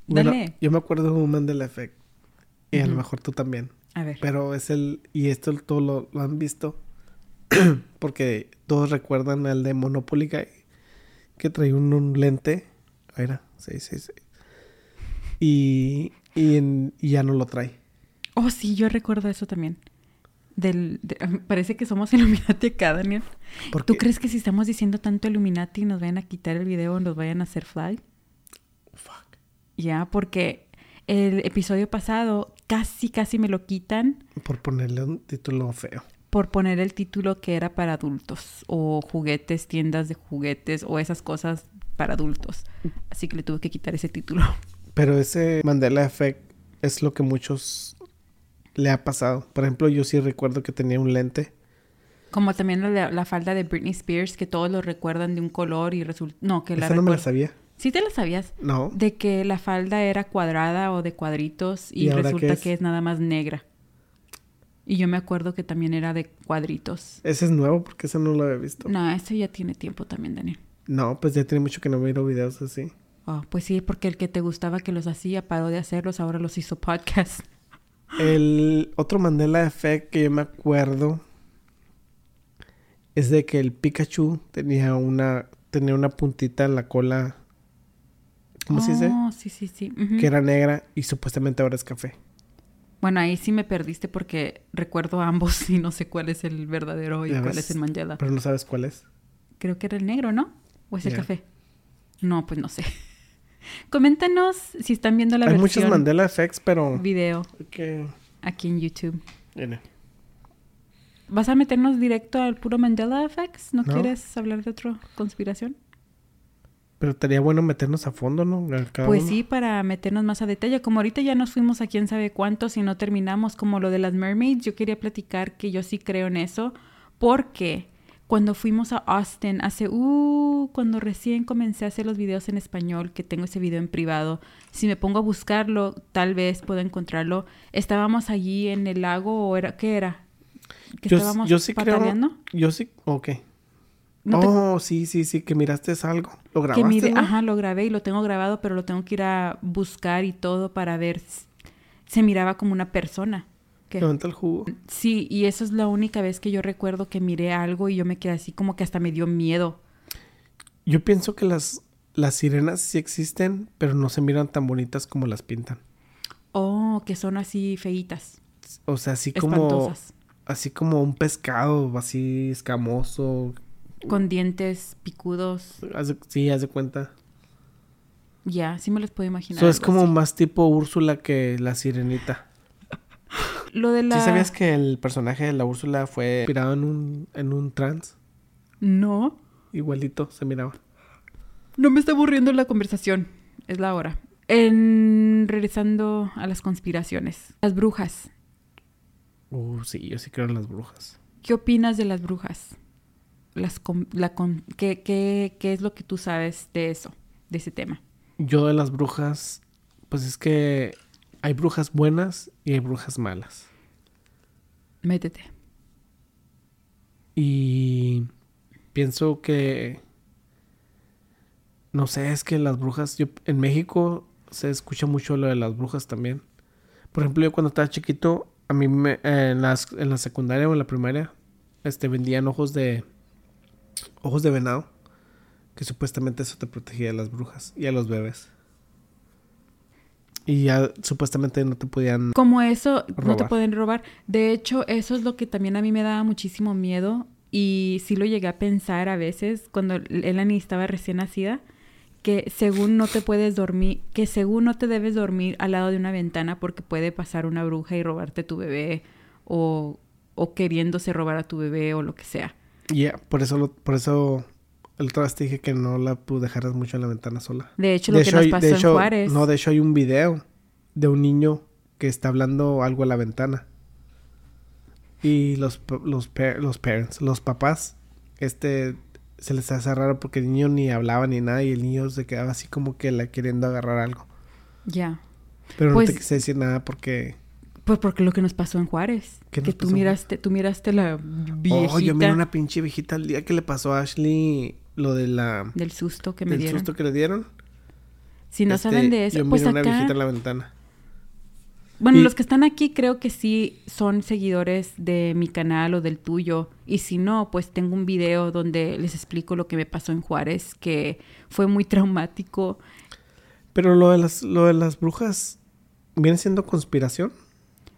A: Bueno,
B: Dale.
A: yo me acuerdo de un Mandela Effect. Y a lo
B: Ujú.
A: mejor tú también.
B: A ver.
A: Pero es el. Y esto todo lo, lo han visto. porque todos recuerdan al de Monopoly Guy. Que traía un, un lente. Ah, Era, sí, sí, sí. Y, y, en- y ya no lo trae.
B: Oh, sí, yo recuerdo eso también. Del, de- ah, parece que somos Illuminati acá, Daniel.
A: Porque,
B: ¿Tú crees que si estamos diciendo tanto Illuminati nos vayan a quitar el video o nos vayan a hacer flag?
A: Fuck.
B: Ya, porque el episodio pasado casi, casi me lo quitan
A: Por ponerle un título feo.
B: por poner el título que era para adultos o juguetes, tiendas de juguetes o esas cosas para adultos. Así que le tuve que quitar ese título.
A: Pero ese Mandela Effect es lo que muchos le ha pasado. Por ejemplo, yo sí recuerdo que tenía un lente.
B: Como también la, la falda de Britney Spears, que todos lo recuerdan de un color y resulta... No, que la
A: Esa no me la
B: recuer-
A: sabía.
B: Sí te la sabías.
A: No.
B: De que la falda era cuadrada o de cuadritos y,
A: ¿Y ahora
B: resulta
A: qué es?
B: que es nada más negra. Y yo me acuerdo que también era de cuadritos.
A: Ese es nuevo porque ese no lo había visto.
B: No, eso ya tiene tiempo también, Daniel.
A: No, pues ya tiene mucho que no miro videos así.
B: Ah, pues sí, porque el que te gustaba que los hacía paró de hacerlos, ahora los hizo podcast.
A: El otro Mandela Effect que yo me acuerdo es de que el Pikachu tenía una tenía una puntita en la cola. ¿Cómo se dice?
B: Oh, sí, sí, sí. ujú.
A: Que era negra y supuestamente ahora es café.
B: Bueno, ahí sí me perdiste porque recuerdo ambos y no sé cuál es el verdadero y
A: Ya
B: cuál
A: ves.
B: es el Mandela.
A: Pero no sabes cuál es.
B: Creo que era el negro, ¿no? ¿O es el
A: Ya.
B: café? No, pues no sé. Coméntanos si están viendo la
A: Hay muchos
B: versión
A: Mandela Effects, pero
B: video
A: que
B: aquí en YouTube.
A: Mira.
B: ¿Vas a meternos directo al puro Mandela Effects? ¿No,
A: No.
B: quieres hablar de otra conspiración?
A: Pero estaría bueno meternos a fondo, ¿no? A cada
B: pues
A: uno.
B: sí, para meternos más a detalle. Como ahorita ya nos fuimos a quién sabe cuántos y no terminamos, como lo de las mermaids, yo quería platicar que yo sí creo en eso, porque cuando fuimos a Austin hace, uh, cuando recién comencé a hacer los videos en español, que tengo ese video en privado, si me pongo a buscarlo, tal vez pueda encontrarlo. Estábamos allí en el lago, o era, ¿qué era? Que
A: Yo,
B: estábamos
A: yo sí creo.
B: pataleando.
A: Yo sí. Ok.
B: ¿No te-
A: oh, sí, sí, sí, que miraste es algo. Lo
B: que
A: grabaste.
B: mire,
A: no?
B: ajá, lo grabé y lo tengo grabado, pero lo tengo que ir a buscar y todo para ver. s- Se miraba como una persona. que-
A: Levanta el jugo.
B: sí, y eso es la única vez que yo recuerdo que miré algo y yo me quedé así como que hasta me dio miedo.
A: Yo pienso que las, las sirenas sí existen, pero no se miran tan bonitas como las pintan.
B: Oh, que son así feitas,
A: O sea, así como,
B: espantosas,
A: así como un pescado, así escamoso.
B: con dientes picudos.
A: Haz de- sí, haz de cuenta.
B: Ya, sí me los puedo imaginar.
A: Eso es
B: algo
A: como
B: así.
A: más tipo Úrsula que la sirenita.
B: Lo de la...
A: ¿Sí sabías que el personaje de la Úrsula fue inspirado en un, en un trans?
B: No,
A: Igualito se miraba.
B: no me está aburriendo la conversación. Es la hora. En... Regresando a las conspiraciones. Las brujas.
A: Uh, sí, yo sí creo en las brujas.
B: ¿Qué opinas de las brujas? Las con- la con- ¿qué, qué, qué es lo que tú sabes de eso, de ese tema?
A: Yo de las brujas, pues es que hay brujas buenas y hay brujas malas.
B: Métete.
A: Y pienso que, no sé, es que las brujas, yo, en México se escucha mucho lo de las brujas también. Por ejemplo, yo cuando estaba chiquito, a mí me, eh, en, las, en la secundaria o en la primaria, este, vendían ojos de, ojos de venado, que supuestamente eso te protegía de las brujas y a los bebés. Y ya supuestamente no te podían...
B: Como eso, no te
A: Robar.
B: pueden robar. De hecho, eso es lo que también a mí me daba muchísimo miedo y sí lo llegué a pensar a veces cuando Elani estaba recién nacida, que según no te puedes dormir, que según no te debes dormir al lado de una ventana porque puede pasar una bruja y robarte tu bebé o, o queriéndose robar a tu bebé o lo que sea.
A: Ya, por eso, lo- por eso el otra vez te dije que no la pu- dejaras mucho en la ventana sola.
B: De hecho, lo que nos
A: hay-
B: pasó
A: de
B: en
A: hecho-
B: Juárez.
A: No, de hecho hay un video de un niño que está hablando algo a la ventana. Y los, pa- los, pa- los parents, los papás, este, se les hace raro porque el niño ni hablaba ni nada y el niño se quedaba así como que la queriendo agarrar algo.
B: Ya.
A: Pero no
B: Pues-
A: te quise decir nada porque...
B: Pues porque lo que nos pasó en Juárez.
A: ¿Qué
B: Que
A: nos
B: tú
A: pasó?
B: miraste, tú miraste la viejita
A: Oh, yo miré una pinche viejita el día que le pasó a Ashley lo de la...
B: del susto que me
A: del
B: dieron.
A: susto que le dieron.
B: Si no
A: Este,
B: saben de eso,
A: Yo
B: pues
A: miré una
B: acá-
A: viejita en la ventana.
B: Bueno,
A: Y-
B: los que están aquí creo que sí son seguidores de mi canal o del tuyo. Y si no, pues tengo un video donde les explico lo que me pasó en Juárez, que fue muy traumático.
A: Pero lo de las, lo de las brujas viene siendo conspiración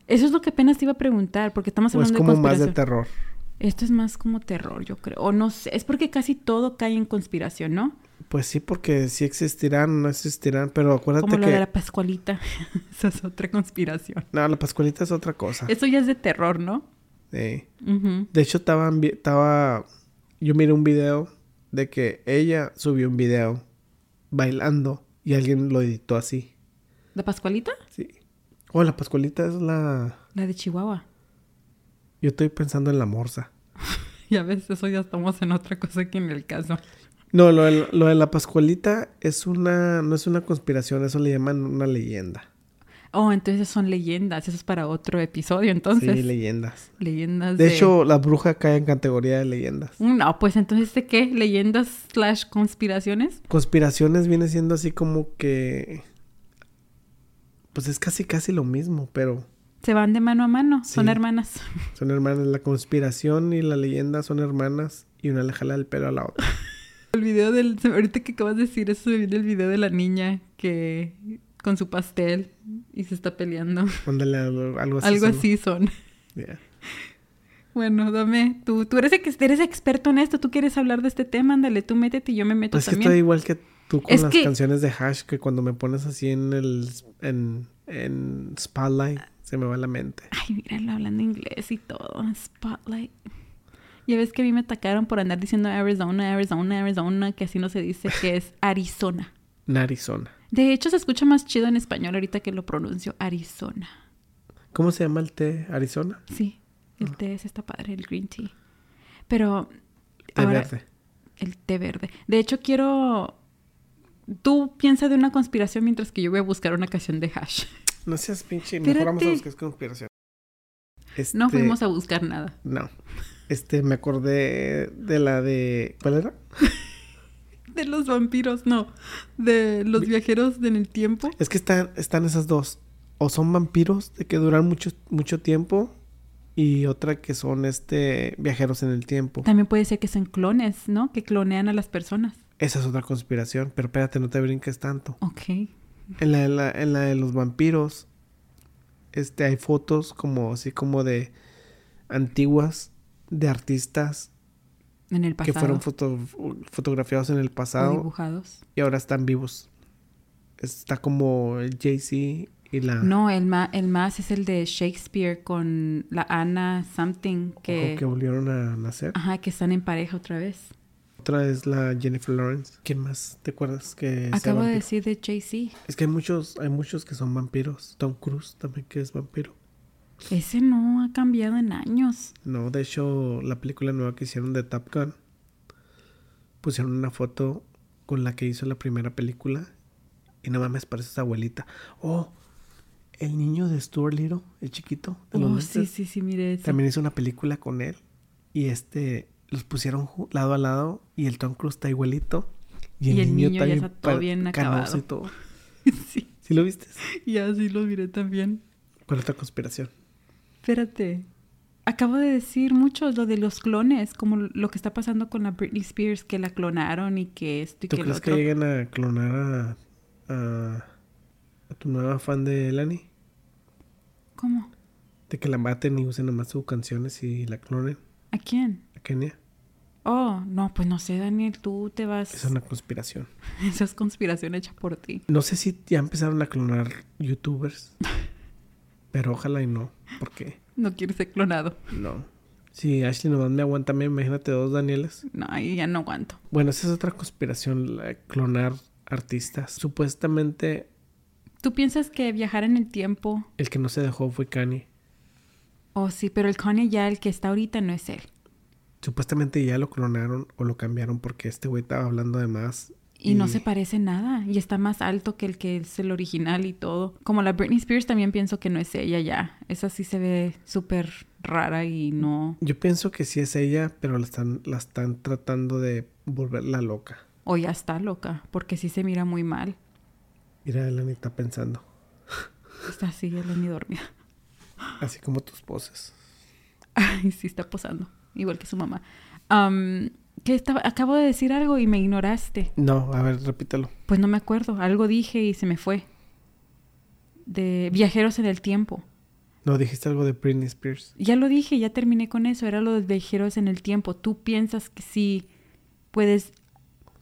B: Eso es lo que apenas te iba a preguntar, porque estamos
A: o es
B: hablando
A: Pues como
B: de
A: más de
B: conspiración.
A: terror.
B: Esto es más como terror, yo creo. O no sé, es porque casi todo cae en conspiración, ¿no?
A: Pues sí, porque sí existirán, no existirán, pero acuérdate
B: Como lo
A: que
B: de la Pascualita. Esa es otra conspiración.
A: no, la Pascualita es otra cosa.
B: Eso ya es de terror, ¿no?
A: Sí.
B: Ujú.
A: De hecho estaba en vi- estaba yo miré un video de que ella subió un video bailando y alguien lo editó así.
B: ¿La Pascualita?
A: Sí. Oh, la Pascualita es la
B: La de Chihuahua.
A: yo estoy pensando en la morsa.
B: Ya ves, eso ya estamos en otra cosa que en el caso.
A: No, lo de, lo de la Pascualita es una no es una conspiración, eso le llaman una leyenda.
B: Oh, entonces son leyendas. Eso es para otro episodio, entonces.
A: sí, leyendas.
B: leyendas
A: De hecho, la bruja cae en categoría de leyendas.
B: No, pues entonces, ¿de qué? ¿Leyendas slash conspiraciones?
A: Conspiraciones viene siendo así como que pues es casi casi lo mismo, pero
B: Se van de mano a mano. Son
A: Sí.
B: hermanas.
A: Son hermanas, la conspiración y la leyenda son hermanas y una le jala el pelo a la otra.
B: El video del... Ahorita que acabas de decir eso, se viene el video de la niña que... Con su pastel y se está peleando.
A: Ándale, algo algo así.
B: Algo
A: son.
B: así son.
A: Yeah.
B: Bueno, dame. Tú, tú eres, ex- eres experto en esto. Tú quieres hablar de este tema. Ándale, tú métete y yo me meto
A: Pues es que
B: también.
A: estoy igual que tú con
B: Es
A: las
B: que-
A: canciones de Hash que cuando me pones así en el en, en Spotlight se me va la mente.
B: Ay, míralo hablando inglés y todo. Spotlight. Ya ves que a mí me atacaron por andar diciendo Arizona, Arizona, Arizona, que así no se dice, que es Arizona.
A: En Arizona.
B: De hecho, se escucha más chido en español ahorita que lo pronuncio Arizona.
A: ¿Cómo se llama el té? ¿Arizona?
B: Sí,
A: Ah.
B: el té es está padre, el green tea. Pero
A: Té
B: ahora-
A: verde.
B: el té verde. De hecho, quiero... Tú piensa de una conspiración mientras que yo voy a buscar una canción de hash.
A: No seas pinche, mejor
B: Espérate.
A: vamos a buscar conspiración. Este,
B: No fuimos a buscar nada.
A: No. Este, me acordé de la de... ¿Cuál era?
B: De los vampiros, no. De los viajeros en el tiempo.
A: Es que están, están esas dos. O son vampiros de que duran mucho, mucho tiempo. Y otra que son este viajeros en el tiempo.
B: También puede ser que son clones, ¿no? Que clonean a las personas.
A: Esa es otra conspiración. Pero espérate, no te brinques tanto.
B: Ok.
A: En la, en la- en la de los vampiros. Este hay fotos como así como de antiguas de artistas
B: En el pasado.
A: que fueron foto- fotografiados en el
B: o
A: pasado
B: dibujados.
A: y ahora están vivos. Está como el Jay-Z y la
B: No, el, ma- el más es el de Shakespeare con la Anna something que... Ah.
A: que volvieron a nacer.
B: Ajá, que están en pareja otra vez.
A: Otra es la Jennifer Lawrence. ¿Quién más te acuerdas que sea
B: Acabo de
A: vampiro?
B: decir de Jay-Z.
A: Es que hay muchos, hay muchos que son vampiros. Tom Cruise también que es vampiro.
B: Ese no ha cambiado en años.
A: No, de hecho, la película nueva que hicieron de Top Gun pusieron una foto con la que hizo la primera película. Y no mames, parece esa abuelita. Oh, el niño de Stuart Little, el chiquito. de los
B: Oh,
A: lentes,
B: sí, sí, sí, mire eso.
A: También hizo una película con él. Y este, los pusieron ju- lado a lado. Y el Tom Cruise está igualito. Y el, niño, está
B: ya
A: bien
B: está todo
A: par-
B: bien
A: canoso
B: acabado.
A: y todo.
B: sí,
A: ¿Sí lo viste?
B: y así lo miré también.
A: ¿Cuál otra conspiración?
B: Espérate. Acabo de decir mucho lo de los clones, como lo que está pasando con la Britney Spears, que la clonaron y que esto y
A: ¿Tú
B: que lo
A: crees que
B: otro.
A: lleguen a clonar a, a, a tu nueva fan de Lani?
B: ¿Cómo?
A: De que la maten y usen nomás sus canciones y la clonen
B: ¿A quién?
A: a Kenia.
B: Oh, no, pues no sé, Daniel, tú te vas.
A: Es una conspiración.
B: Esa es conspiración hecha por ti.
A: No sé si ya empezaron a clonar youtubers. pero ojalá y no. Porque
B: No quieres ser clonado.
A: no. Si Ashley nomás me aguanta a mí, imagínate dos Danieles.
B: No, ahí ya no aguanto.
A: Bueno, esa es otra conspiración, la de clonar artistas. Supuestamente
B: ¿Tú piensas que viajar en el tiempo?
A: el que no se dejó fue Kanye.
B: Oh, sí, pero el Kanye ya, el que está ahorita, no es él.
A: Supuestamente ya lo clonaron o lo cambiaron porque este güey estaba hablando de más.
B: Y no se parece nada. Y está más alto que el que es el original y todo. Como la Britney Spears también pienso que no es ella ya. Esa sí se ve súper rara y no...
A: Yo pienso que sí es ella, pero la están, la están tratando de volverla loca.
B: O ya está loca, porque sí se mira muy mal.
A: Mira, Elani está pensando.
B: Está así, Eleni dormida.
A: Así como tus poses.
B: Ay, sí, está posando. Igual que su mamá. Am, ¿qué estaba? Acabo de decir algo y me ignoraste.
A: No, a ver, repítelo.
B: Pues no me acuerdo. Algo dije y se me fue. De viajeros en el tiempo.
A: No, dijiste algo de Britney Spears.
B: Ya lo dije, ya terminé con eso. Era lo de viajeros en el tiempo. Tú piensas que sí puedes.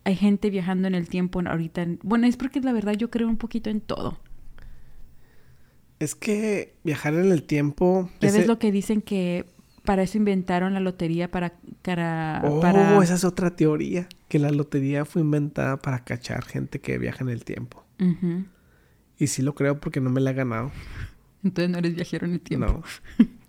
B: Hay gente viajando en el tiempo ahorita. en- Bueno, es porque la verdad yo creo un poquito en todo.
A: Es que viajar en el tiempo.
B: Ya
A: ese-
B: ves lo que dicen que para eso inventaron la lotería para. para,
A: Oh,
B: para-
A: esa es otra teoría. Que la lotería fue inventada para cachar gente que viaja en el tiempo.
B: Ujú.
A: Y sí lo creo porque no me la he ganado.
B: Entonces no eres viajero en el tiempo.
A: No.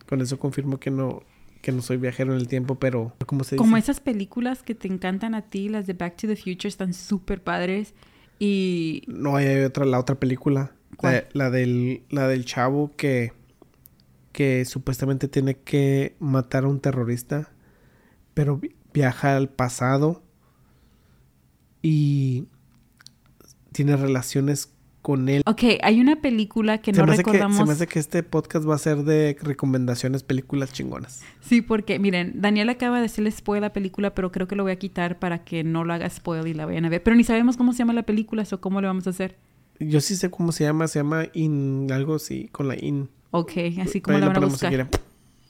A: Con eso confirmo que no, que no soy viajero en el tiempo, pero ¿cómo se dice?
B: Como esas películas que te encantan a ti, las de Back to the Future, están súper padres. Y
A: No, ahí hay otra, la otra película. La,
B: ¿Cuál?
A: la del, la del chavo que, que supuestamente tiene que matar a un terrorista, pero vi- viaja al pasado y tiene relaciones con él.
B: Ok, hay una película que
A: se,
B: no
A: me hace que,
B: recordamos.
A: se me hace que este podcast va a ser de recomendaciones, películas chingonas.
B: Sí, porque miren, Daniel acaba de hacerle spoil a la película, pero creo que lo voy a quitar para que no lo haga spoil y la vayan a ver. Pero ni sabemos cómo se llama la película o cómo le vamos a hacer.
A: Yo sí sé cómo se llama, se llama In, algo así, con la In.
B: Ok, así
A: Ahí
B: como
A: lo
B: la van a
A: ponemos si
B: buscar.
A: quieren.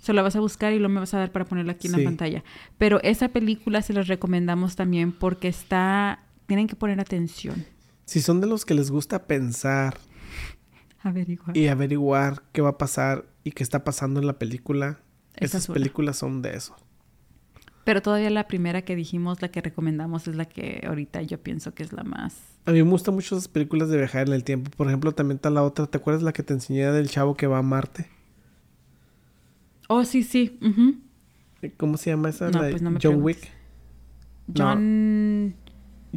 B: Se la vas a buscar y lo me vas a dar para ponerla aquí en
A: Sí.
B: la pantalla. Pero esa película se las recomendamos también porque está... Tienen que poner atención.
A: Si son de los que les gusta pensar
B: Averiguar.
A: y averiguar qué va a pasar y qué está pasando en la película.
B: Esa
A: Esas
B: es una.
A: películas son de eso.
B: Pero todavía la primera que dijimos, la que recomendamos, es la que ahorita yo pienso que es la más...
A: A mí me gustan mucho esas películas de viajar en el tiempo. Por ejemplo, también está la otra, ¿te acuerdas la que te enseñé del chavo que va a Marte?
B: Oh, sí, sí. ujú.
A: ¿Cómo se llama esa?
B: No,
A: La de
B: pues no me
A: John
B: preguntes.
A: Wick. No.
B: John...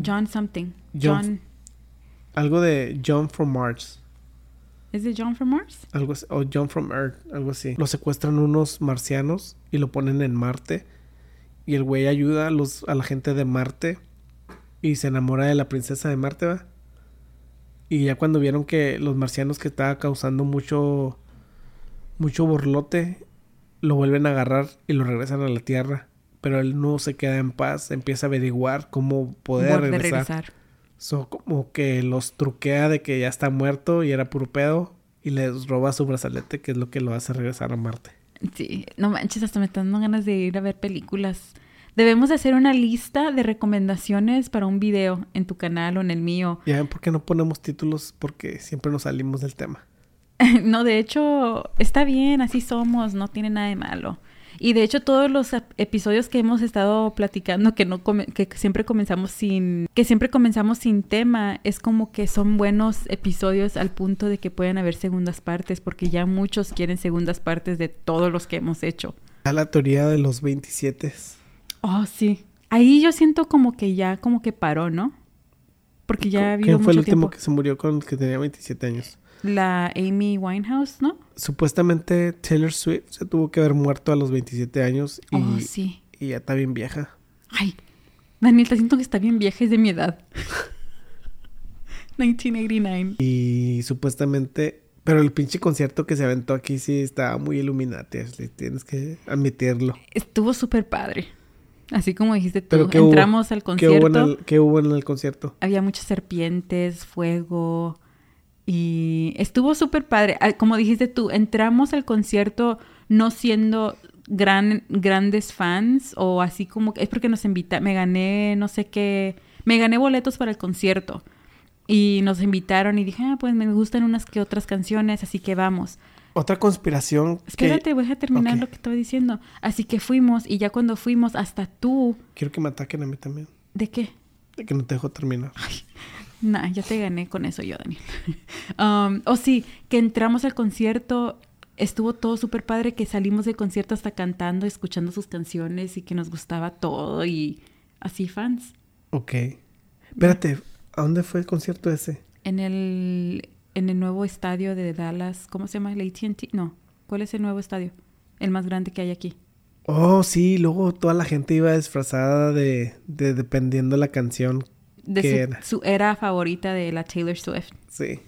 B: John something.
A: John-
B: John...
A: Algo de John from Mars.
B: ¿Es de John from Mars?
A: Algo así- o John from Earth, algo así. Lo secuestran unos marcianos y lo ponen en Marte. Y el güey ayuda a, los, a la gente de Marte y se enamora de la princesa de Marte, ¿va? Y ya cuando vieron que los marcianos que estaba causando mucho, mucho borlote, lo vuelven a agarrar y lo regresan a la Tierra. Pero él no se queda en paz, empieza a averiguar cómo poder
B: Vuelve a
A: regresar. So, como que los truquea de que ya está muerto y era puro pedo y les roba su brazalete, que es lo que lo hace regresar a Marte.
B: Sí, no manches, hasta me están dando ganas de ir a ver películas. Debemos de hacer una lista de recomendaciones para un video en tu canal o en el mío.
A: Ya ven por qué no ponemos títulos porque siempre nos salimos del tema.
B: No, de hecho, está bien, así somos, no tiene nada de malo. Y de hecho, todos los ep- episodios que hemos estado platicando, que no come- que siempre comenzamos sin, que siempre comenzamos sin tema, es como que son buenos episodios al punto de que pueden haber segundas partes, porque ya muchos quieren segundas partes de todos los que hemos hecho.
A: A la teoría de los 27.
B: Oh, sí. Ahí yo siento como que ya, como que paró, ¿no? Porque ya ha habido
A: ¿Quién fue el
B: mucho
A: último
B: tiempo.
A: que se murió con que tenía 27 años?
B: La Amy Winehouse, ¿no?
A: Supuestamente Taylor Swift se tuvo que haber muerto a los 27 años y,
B: Oh, sí.
A: y ya está bien vieja.
B: Ay, Daniel, te siento que está bien vieja, es de mi edad. 1989.
A: Y supuestamente... Pero el pinche concierto que se aventó aquí sí estaba muy Illuminati, Ashley, tienes que admitirlo.
B: Estuvo súper padre. Así como dijiste tú,
A: Pero ¿qué hubo?
B: entramos al
A: ¿Qué hubo, en
B: concierto.
A: el, ¿Qué hubo en el concierto?
B: Había muchas serpientes, fuego. Y estuvo súper padre. Ah, Como dijiste tú, entramos al concierto no siendo gran, grandes fans o así como... que- Es porque nos invita... Me gané no sé qué... Me gané boletos para el concierto. Y nos invitaron y dije, ah, pues me gustan unas que otras canciones, así que vamos.
A: Otra conspiración
B: Espérate,
A: que
B: voy a terminar
A: ok.
B: lo que estaba diciendo. Así que fuimos y ya cuando fuimos, hasta tú...
A: quiero que me ataquen a mí también,
B: ¿De qué?
A: de que no te dejo terminar.
B: Nah, ya te gané con eso yo, Daniel. Um, oh, sí, que entramos al concierto, estuvo todo súper padre, que salimos del concierto hasta cantando, escuchando sus canciones y que nos gustaba todo y así fans.
A: Ok. Espérate, ¿a dónde fue el concierto ese?
B: En el, en el nuevo estadio de Dallas, ¿cómo se llama? ¿El ATT? No, ¿cuál es el nuevo estadio? El más grande que hay aquí.
A: Oh, sí, luego toda la gente iba disfrazada de, de dependiendo la canción
B: De
A: ¿Qué
B: su,
A: era?
B: su era favorita de la Taylor Swift.
A: Sí.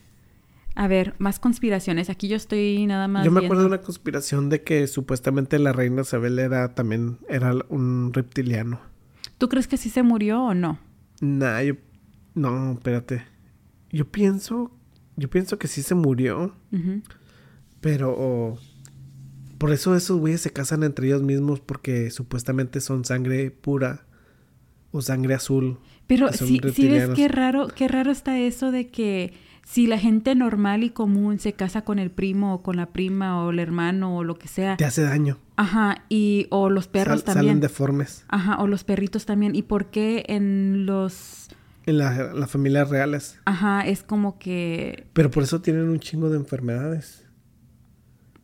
B: A ver, más conspiraciones. Aquí yo estoy nada más.
A: Yo me
B: viendo-
A: acuerdo de una conspiración de que supuestamente la reina Isabel era también era un reptiliano.
B: ¿Tú crees que sí se murió o no?
A: Nah, yo no, espérate. Yo pienso, yo pienso que sí se murió,
B: Ujú.
A: pero oh, por eso esos güeyes se casan entre ellos mismos porque supuestamente son sangre pura o sangre azul.
B: Pero
A: que son
B: sí, sí ves
A: reptilianos.
B: qué raro, qué raro está eso de que si la gente normal y común se casa con el primo o con la prima o el hermano o lo que sea,
A: Te hace daño.
B: ajá, y o los perros
A: Sal-
B: también.
A: Salen deformes.
B: Ajá, o los perritos también. ¿Y por qué en los
A: En la- las familias reales.
B: ajá es como que
A: Pero por eso tienen un chingo de enfermedades.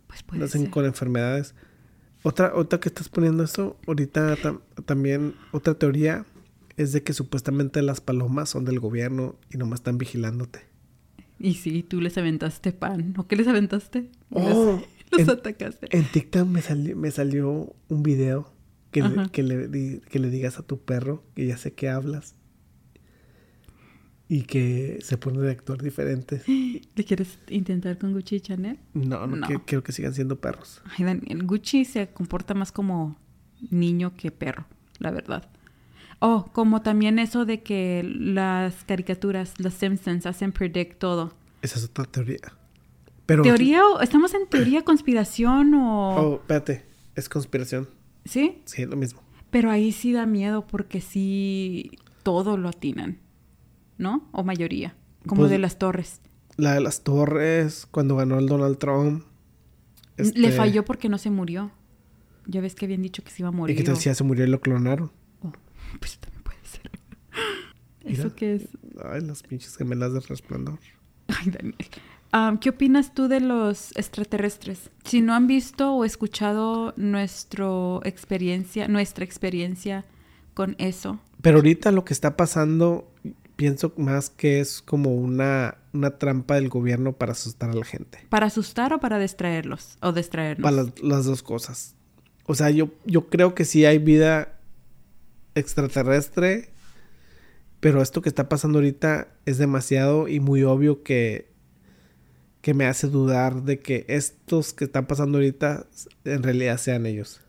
B: pues puede
A: Nacen
B: ser.
A: con enfermedades. Otra, otra que estás poniendo eso, ahorita tam- también, otra teoría es de que supuestamente las palomas son del gobierno y nomás están vigilándote.
B: Y sí, tú les aventaste pan. ¿O qué les aventaste?
A: Oh,
B: los
A: en-
B: atacaste.
A: En TikTok me, sali- me salió un video que, le,
B: Ajá.
A: que, le, di- que le digas a tu perro que ya sé que hablas y que se pone de actuar diferente.
B: ¿Le quieres intentar con Gucci y Chanel?
A: No, no,
B: No.
A: que- quiero que sigan siendo perros.
B: Ay, Daniel, Gucci se comporta más como niño que perro, la verdad. Oh, como también eso de que las caricaturas, los Simpsons hacen predict todo.
A: Esa es otra teoría. Pero
B: ¿Teoría o estamos en teoría conspiración o
A: Oh, espérate, es conspiración.
B: sí?
A: Sí, es lo mismo.
B: Pero ahí sí da miedo porque sí todo lo atinan. ¿No? O mayoría, como
A: Pues-
B: de las torres.
A: La de las torres, cuando ganó el Donald Trump.
B: Le
A: este,
B: falló porque no se murió. Ya ves que habían dicho que se iba a
A: Y
B: morir.
A: que tal
B: o-
A: si ya se murió y lo clonaron.
B: Oh, pues también puede ser.
A: Mira.
B: ¿Eso qué es?
A: Ay, las pinches gemelas de resplandor.
B: Ay, Daniel. Am, Ah, ¿Qué opinas tú de los extraterrestres? Si no han visto o escuchado nuestro experiencia, nuestra experiencia con eso.
A: Pero ahorita lo que está pasando, pienso más que es como una, una trampa del gobierno para asustar a la gente.
B: ¿Para asustar o para distraerlos? O distraernos.
A: Para las, las dos cosas. O sea, yo, yo creo que sí hay vida extraterrestre, pero esto que está pasando ahorita es demasiado y muy obvio que, que me hace dudar de que estos que están pasando ahorita en realidad sean ellos.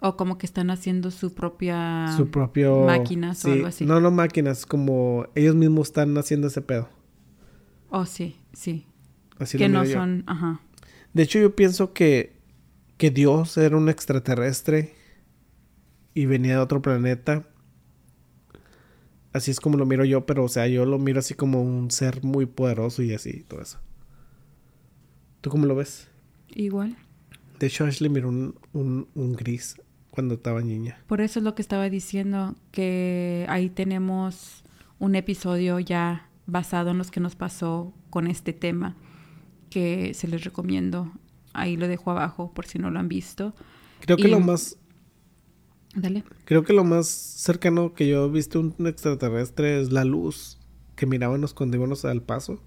B: O como que están haciendo su propia
A: Su propio...
B: Ah, máquinas
A: sí,
B: o algo así.
A: No, no máquinas, como ellos mismos están haciendo ese pedo.
B: Oh, sí, sí.
A: Así
B: que
A: lo
B: no
A: miro yo.
B: son, ajá.
A: De hecho, yo pienso que, que Dios era un extraterrestre y venía de otro planeta. Así es como lo miro yo, pero o sea, yo lo miro así como un ser muy poderoso y así, todo eso. ¿Tú cómo lo ves?
B: Igual.
A: De hecho, Ashley miró un, un- un gris cuando estaba niña.
B: Por eso es lo que estaba diciendo, que ahí tenemos un episodio ya basado en los que nos pasó con este tema, que se les recomiendo. Ahí lo dejo abajo por si no lo han visto.
A: Creo que
B: Y-
A: lo más,
B: Dale.
A: creo que lo más cercano que yo he visto un extraterrestre es la luz que mirábamos cuando íbamos al paso,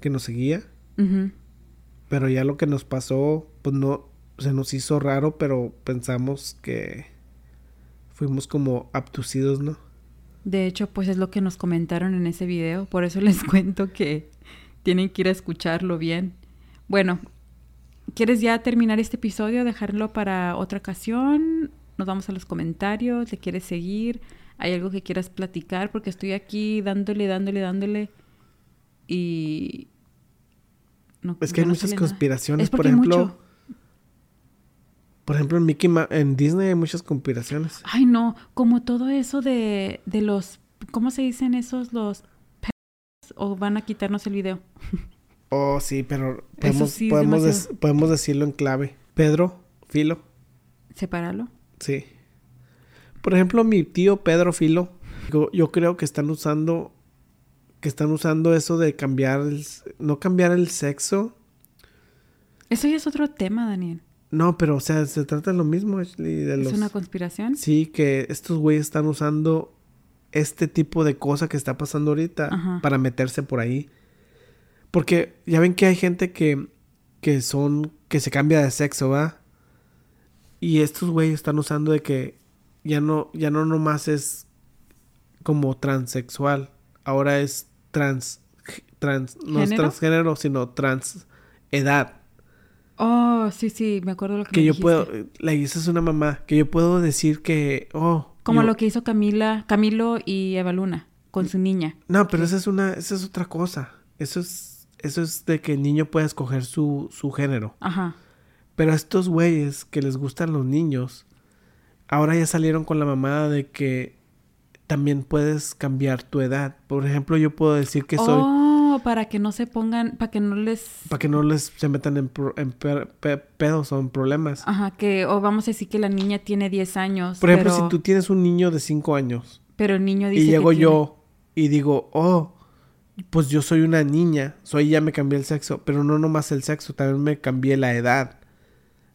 A: que nos seguía.
B: Ujú.
A: Pero ya lo que nos pasó, pues no, se nos hizo raro, pero pensamos que fuimos como abducidos, ¿no?
B: De hecho, pues es lo que nos comentaron en ese video, por eso les cuento que tienen que ir a escucharlo bien. Bueno, ¿quieres ya terminar este episodio, dejarlo para otra ocasión? Nos vamos a los comentarios, ¿le quieres seguir? ¿Hay algo que quieras platicar? Porque estoy aquí dándole, dándole, dándole y... no-
A: Es que
B: ya
A: hay
B: no
A: muchas
B: sale nada.
A: conspiraciones,
B: Es
A: por
B: porque
A: ejemplo,
B: mucho-
A: por ejemplo en Mickey Ma- en Disney hay muchas conspiraciones.
B: Ay, no, como todo eso de, de los... ¿Cómo se dicen esos? Los... pe- ¿O van a quitarnos el video?
A: Oh, sí, pero podemos
B: sí es
A: podemos des-
B: demasiado.
A: podemos decirlo en clave. Pedro, Filo,
B: Sepáralo.
A: sí. Por ejemplo, mi tío Pedro Filo, yo, yo creo que están usando que están usando eso de cambiar el s- no cambiar el sexo,
B: Eso ya es otro tema, Daniel.
A: No, pero o sea, se trata de lo mismo, Ashley, de los...
B: ¿Es una conspiración?
A: Sí, que estos güeyes están usando este tipo de cosa que está pasando ahorita
B: Ajá.
A: para meterse por ahí. Porque ya ven que hay gente que, que son, que se cambia de sexo, ¿va? Y estos güeyes están usando de que ya no, ya no nomás es como transexual. Ahora es trans. trans no es
B: ¿Género?
A: transgénero, sino trans edad.
B: Oh, sí, sí, me acuerdo lo que,
A: Que
B: me
A: yo
B: dijiste.
A: puedo. La hice es una mamá. Que yo puedo decir que. Oh.
B: Como
A: yo-
B: lo que hizo Camila, Camilo y Eva Luna con su niña.
A: No, pero esa es una. Esa es otra cosa. Eso es. Eso es de que el niño pueda escoger su, su género.
B: Ajá.
A: Pero a estos güeyes que les gustan los niños, ahora ya salieron con la mamada de que también puedes cambiar tu edad. Por ejemplo, yo puedo decir que soy
B: Oh, para que no se pongan, para que no les...
A: para que no les se metan en, pro- en per- pe- pedos o en problemas.
B: Ajá, que... O vamos a decir que la niña tiene 10 años.
A: Por ejemplo,
B: pero,
A: si tú tienes un niño de 5 años
B: pero el niño dice
A: y
B: que
A: llego
B: tiene-
A: yo y digo, "Oh, pues yo soy una niña, soy ya me cambié el sexo, pero no nomás el sexo, también me cambié la edad.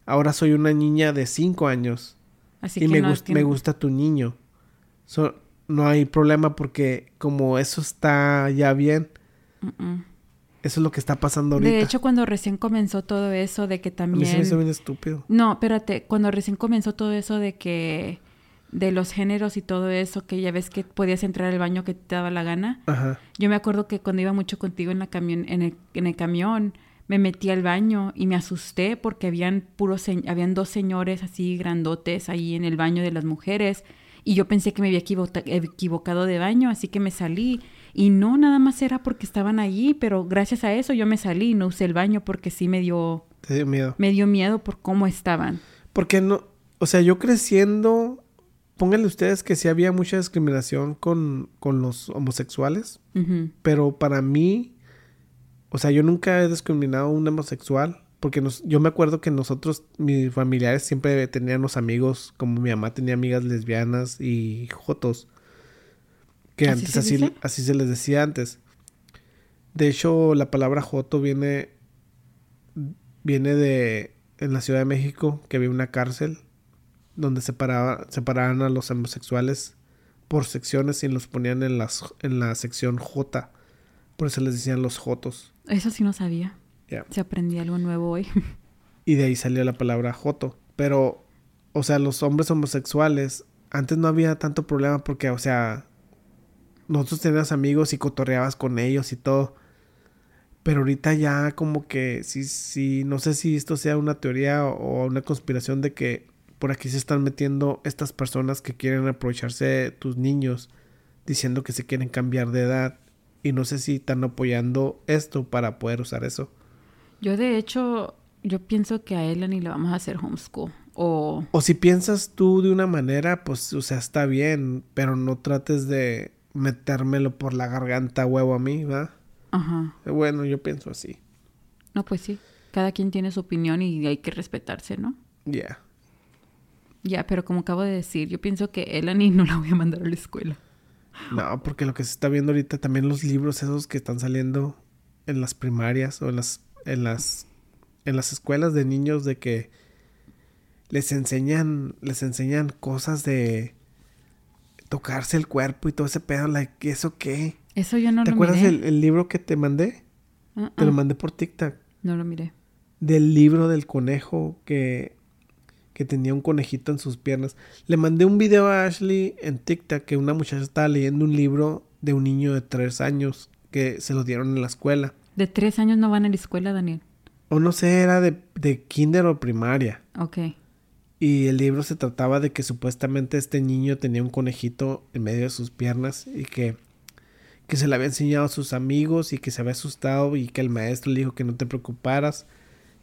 A: Ahora soy una niña de 5 años."
B: Así
A: y
B: que
A: me,
B: no
A: gust-
B: tiene-
A: me gusta tu niño. So, no hay problema porque como eso está ya bien,
B: Mm-mm.
A: eso es lo que está pasando ahorita.
B: De hecho, cuando recién comenzó todo eso de que
A: a mí
B: también...
A: se me hizo bien estúpido.
B: No, espérate, cuando recién comenzó todo eso de que de los géneros y todo eso, que ya ves que podías entrar al baño que te daba la gana.
A: Ajá.
B: Yo me acuerdo que cuando iba mucho contigo en la camión, en el, en el camión, me metí al baño y me asusté porque habían puros se- habían dos señores así grandotes ahí en el baño de las mujeres y yo pensé que me había equivota- equivocado de baño, así que me salí y no nada más era porque estaban allí, pero gracias a eso yo me salí y no usé el baño porque sí me dio
A: Te dio miedo.
B: me dio miedo por cómo estaban.
A: Porque no, o sea, yo creciendo, pónganle ustedes que sí había mucha discriminación con, con los homosexuales,
B: Ujú.
A: pero para mí, o sea, yo nunca he discriminado a un homosexual. Porque nos, yo me acuerdo que nosotros, mis familiares, siempre tenían los amigos, como mi mamá tenía amigas lesbianas y jotos. Que
B: ¿Así
A: antes
B: se
A: así,
B: dice?
A: así se les decía antes. De hecho, la palabra joto viene, viene de en la Ciudad de México, que había una cárcel donde separaba, separaban a los homosexuales por secciones y los ponían en, las, en la sección J. Por eso les decían los jotos.
B: Eso sí no sabía.
A: Ya.
B: Se aprendí algo nuevo hoy.
A: Y de ahí salió la palabra joto. Pero, o sea, los hombres homosexuales, antes no había tanto problema porque, o sea, nosotros teníamos amigos y cotorreabas con ellos y todo. Pero ahorita ya como que, sí, sí, no sé si esto sea una teoría o una conspiración de que por aquí se están metiendo estas personas que quieren aprovecharse de tus niños diciendo que se quieren cambiar de edad. Y no sé si están apoyando esto para poder usar eso.
B: Yo de hecho, yo pienso que a Ella ni le vamos a hacer homeschool. O
A: O si piensas tú de una manera, pues, o sea, está bien, pero no trates de metérmelo por la garganta a huevo a mí, ¿verdad?
B: ajá.
A: Bueno, yo pienso así.
B: No, pues sí. Cada quien tiene su opinión y hay que respetarse, ¿no?
A: Ya.
B: Ya, pero como acabo de decir, yo pienso que Elani no la voy a mandar a la escuela.
A: No, porque lo que se está viendo ahorita, también los libros esos que están saliendo en las primarias o en las, en las, en las escuelas de niños de que les enseñan, les enseñan cosas de tocarse el cuerpo y todo ese pedo, like, ¿eso qué?
B: Eso yo no
A: ¿Te
B: lo
A: acuerdas
B: miré.
A: el, el libro que te mandé?
B: Ah,
A: Te lo
B: ah,
A: mandé por TikTok.
B: No lo miré.
A: Del libro del conejo que, que tenía un conejito en sus piernas. Le mandé un video a Ashley en TikTok que una muchacha estaba leyendo un libro de un niño de tres años que se lo dieron en la escuela.
B: De tres años no van a la escuela, Daniel.
A: O no sé, era de, de kinder o primaria.
B: Ok.
A: Y el libro se trataba de que supuestamente este niño tenía un conejito en medio de sus piernas y que, que se le había enseñado a sus amigos y que se había asustado y que el maestro le dijo que no te preocuparas,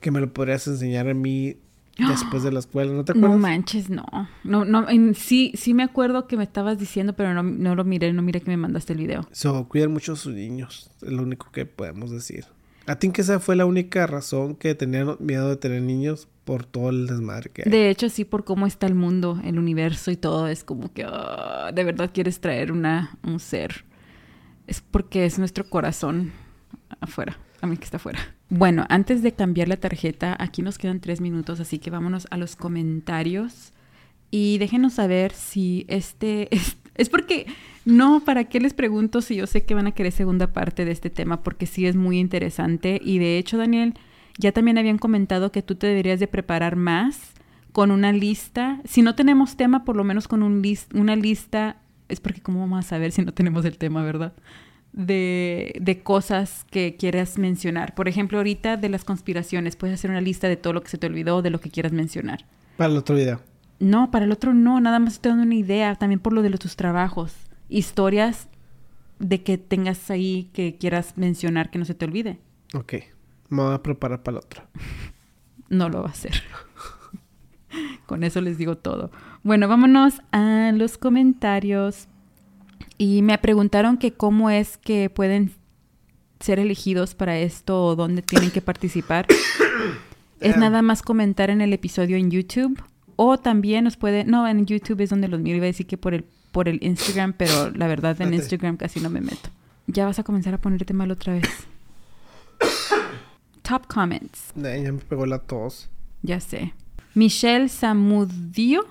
A: que me lo podrías enseñar a mí después de la escuela. ¿No te
B: No
A: acuerdas?
B: manches, no. No, no, en- sí, sí me acuerdo que me estabas diciendo, pero no, no lo miré, no miré que me mandaste el video.
A: So, cuidan mucho a sus niños, es lo único que podemos decir. A ti que esa fue la única razón que tenían miedo de tener niños por todo el desmadre que hay.
B: De hecho, sí, por cómo está el mundo, el universo y todo, es como que ah, de verdad quieres traer una, un ser. Es porque es nuestro corazón afuera, a mí que está afuera. Bueno, antes de cambiar la tarjeta, aquí nos quedan tres minutos, así que vámonos a los comentarios y déjenos saber si este es, es porque no, ¿para qué les pregunto si yo sé que van a querer segunda parte de este tema? Porque sí es muy interesante y de hecho, Daniel, ya también habían comentado que tú te deberías de preparar más con una lista. Si no tenemos tema, por lo menos con un lis- una lista es porque cómo vamos a saber si no tenemos el tema, ¿verdad? De, de cosas que quieras mencionar. Por ejemplo, ahorita de las conspiraciones, puedes hacer una lista de todo lo que se te olvidó, de lo que quieras mencionar.
A: Para el otro video.
B: No, para el otro no, nada más te dando una idea, también por lo de los, tus trabajos, historias de que tengas ahí que quieras mencionar que no se te olvide.
A: Ok. Me voy a preparar para el otro.
B: No lo va a hacer. Con eso les digo todo. Bueno, vámonos a los comentarios. Y me preguntaron que cómo es que pueden ser elegidos para esto o dónde tienen que participar. es nada más comentar en el episodio en YouTube. O también nos puede... No, en YouTube es donde los miro. Iba a decir que por el, por el Instagram, pero la verdad en
A: Vete.
B: Instagram casi no me meto. Ya vas a comenzar a ponerte mal otra vez. Top comments.
A: Ay, Ya me pegó la tos.
B: Ya sé. Michelle Samudio.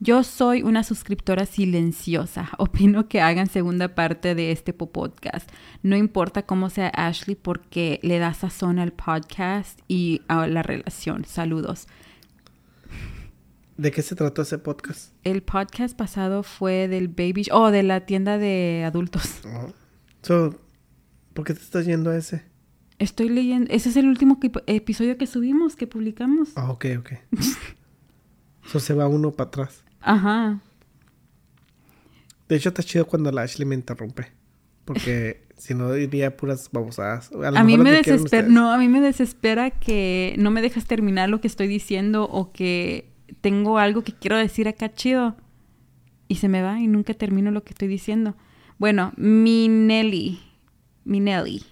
B: Yo soy una suscriptora silenciosa. Opino que hagan segunda parte de este po- podcast. No importa cómo sea Ashley porque le da sazón al podcast y a la relación. Saludos.
A: ¿De qué se trató ese podcast?
B: El podcast pasado fue del baby... Oh, de la tienda de adultos.
A: Ajá. So, ¿Por qué te estás yendo a ese?
B: Estoy leyendo... Ese es el último que- episodio que subimos, que publicamos.
A: Ah, ok, ok. so, se va uno para atrás.
B: Ajá.
A: De hecho, está chido cuando la Ashley me interrumpe. Porque si no, diría puras babosadas. lo
B: A mí
A: mejor
B: me
A: lo que quieren
B: desespera,
A: ustedes.
B: no, a mí me desespera que no me dejas terminar lo que estoy diciendo o que tengo algo que quiero decir acá chido y se me va y nunca termino lo que estoy diciendo. Bueno, Minelli, Minelli,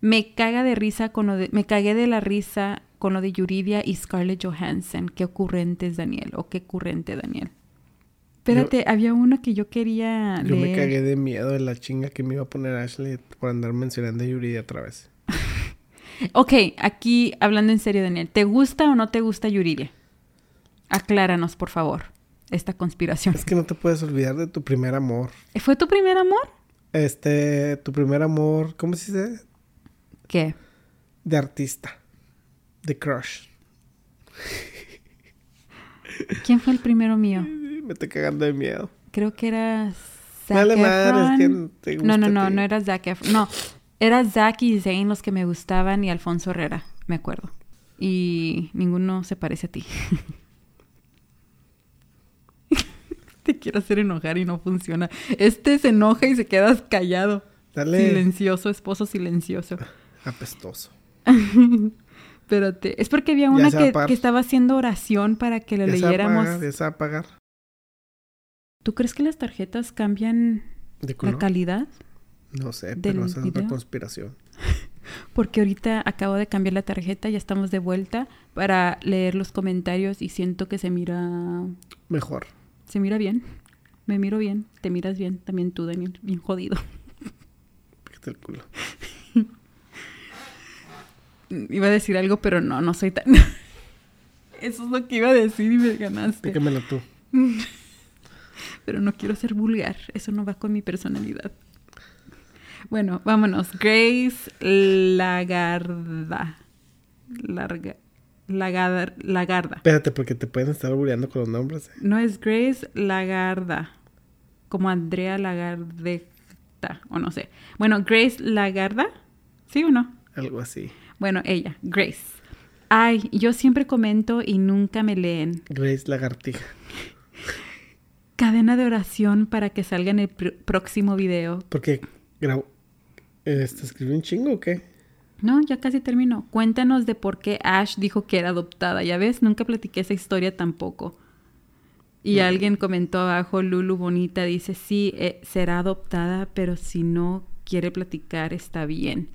B: me caga de risa con lo de, me cagué de la risa con lo de Yuridia y Scarlett Johansson. Qué ocurrente es Daniel o qué ocurrente Daniel. Espérate, había uno que yo quería
A: Yo me
B: leer.
A: cagué de miedo de la chinga que me iba a poner Ashley por andar mencionando a Yuridia otra vez.
B: Ok, aquí hablando en serio, Daniel, ¿te gusta o no te gusta Yuridia? Acláranos, por favor, esta conspiración.
A: Es que no te puedes olvidar de tu primer amor.
B: ¿Fue tu primer amor?
A: Este, tu primer amor, ¿cómo se dice?
B: ¿Qué?
A: De artista. De crush.
B: ¿Quién fue el primero mío?
A: Me estoy cagando de miedo.
B: Creo que era Zac
A: Vale madres,
B: Efron.
A: ¿quién te gusta
B: no,
A: a
B: no, no,
A: ti?
B: no era Zac Efron. No, era Zac y Zayn los que me gustaban y Alfonso Herrera, me acuerdo. Y ninguno se parece a ti. te quiero hacer enojar y no funciona. Este se enoja y se quedas callado.
A: Dale.
B: Silencioso, esposo silencioso.
A: Apestoso.
B: Espérate, es porque había
A: Ya
B: una
A: se va a
B: que,
A: apagar.
B: que estaba haciendo oración para que la
A: Ya se va a
B: leyéramos.
A: apagar, ya se va a apagar.
B: ¿Tú crees que las tarjetas cambian
A: ¿De
B: la
A: color?
B: calidad?
A: No sé,
B: del
A: pero esa es otra
B: video.
A: conspiración.
B: Porque ahorita acabo de cambiar la tarjeta, ya estamos de vuelta para leer los comentarios y siento que se mira,
A: Mejor.
B: se mira bien. Me miro bien, te miras bien, también tú, Daniel, bien jodido.
A: Fíjate el culo.
B: Iba a decir algo, pero no, no soy tan... Eso es lo que iba a decir y me ganaste.
A: Pícamelo tú.
B: Pero no quiero ser vulgar, eso no va con mi personalidad. Bueno, vámonos. Grace Lagarda. Larga. Lagar- Lagarda.
A: Espérate, porque te pueden estar burleando con los nombres. eh.
B: No es Grace Lagarda, como Andrea Lagardeta, o no sé. Bueno, Grace Lagarda, ¿sí o no?
A: Algo así.
B: Bueno, ella, Grace. Ay, yo siempre comento y nunca me leen.
A: Grace Lagartija.
B: Cadena de oración para que salga en el pr- próximo video.
A: Porque grabó. Este, ¿Escribió un chingo o qué?
B: No, ya casi termino. Cuéntanos de por qué Ash dijo que era adoptada. Ya ves, nunca platiqué esa historia tampoco. Y alguien comentó abajo, Lulu Bonita dice, sí, eh, será adoptada, pero si no quiere platicar, está bien.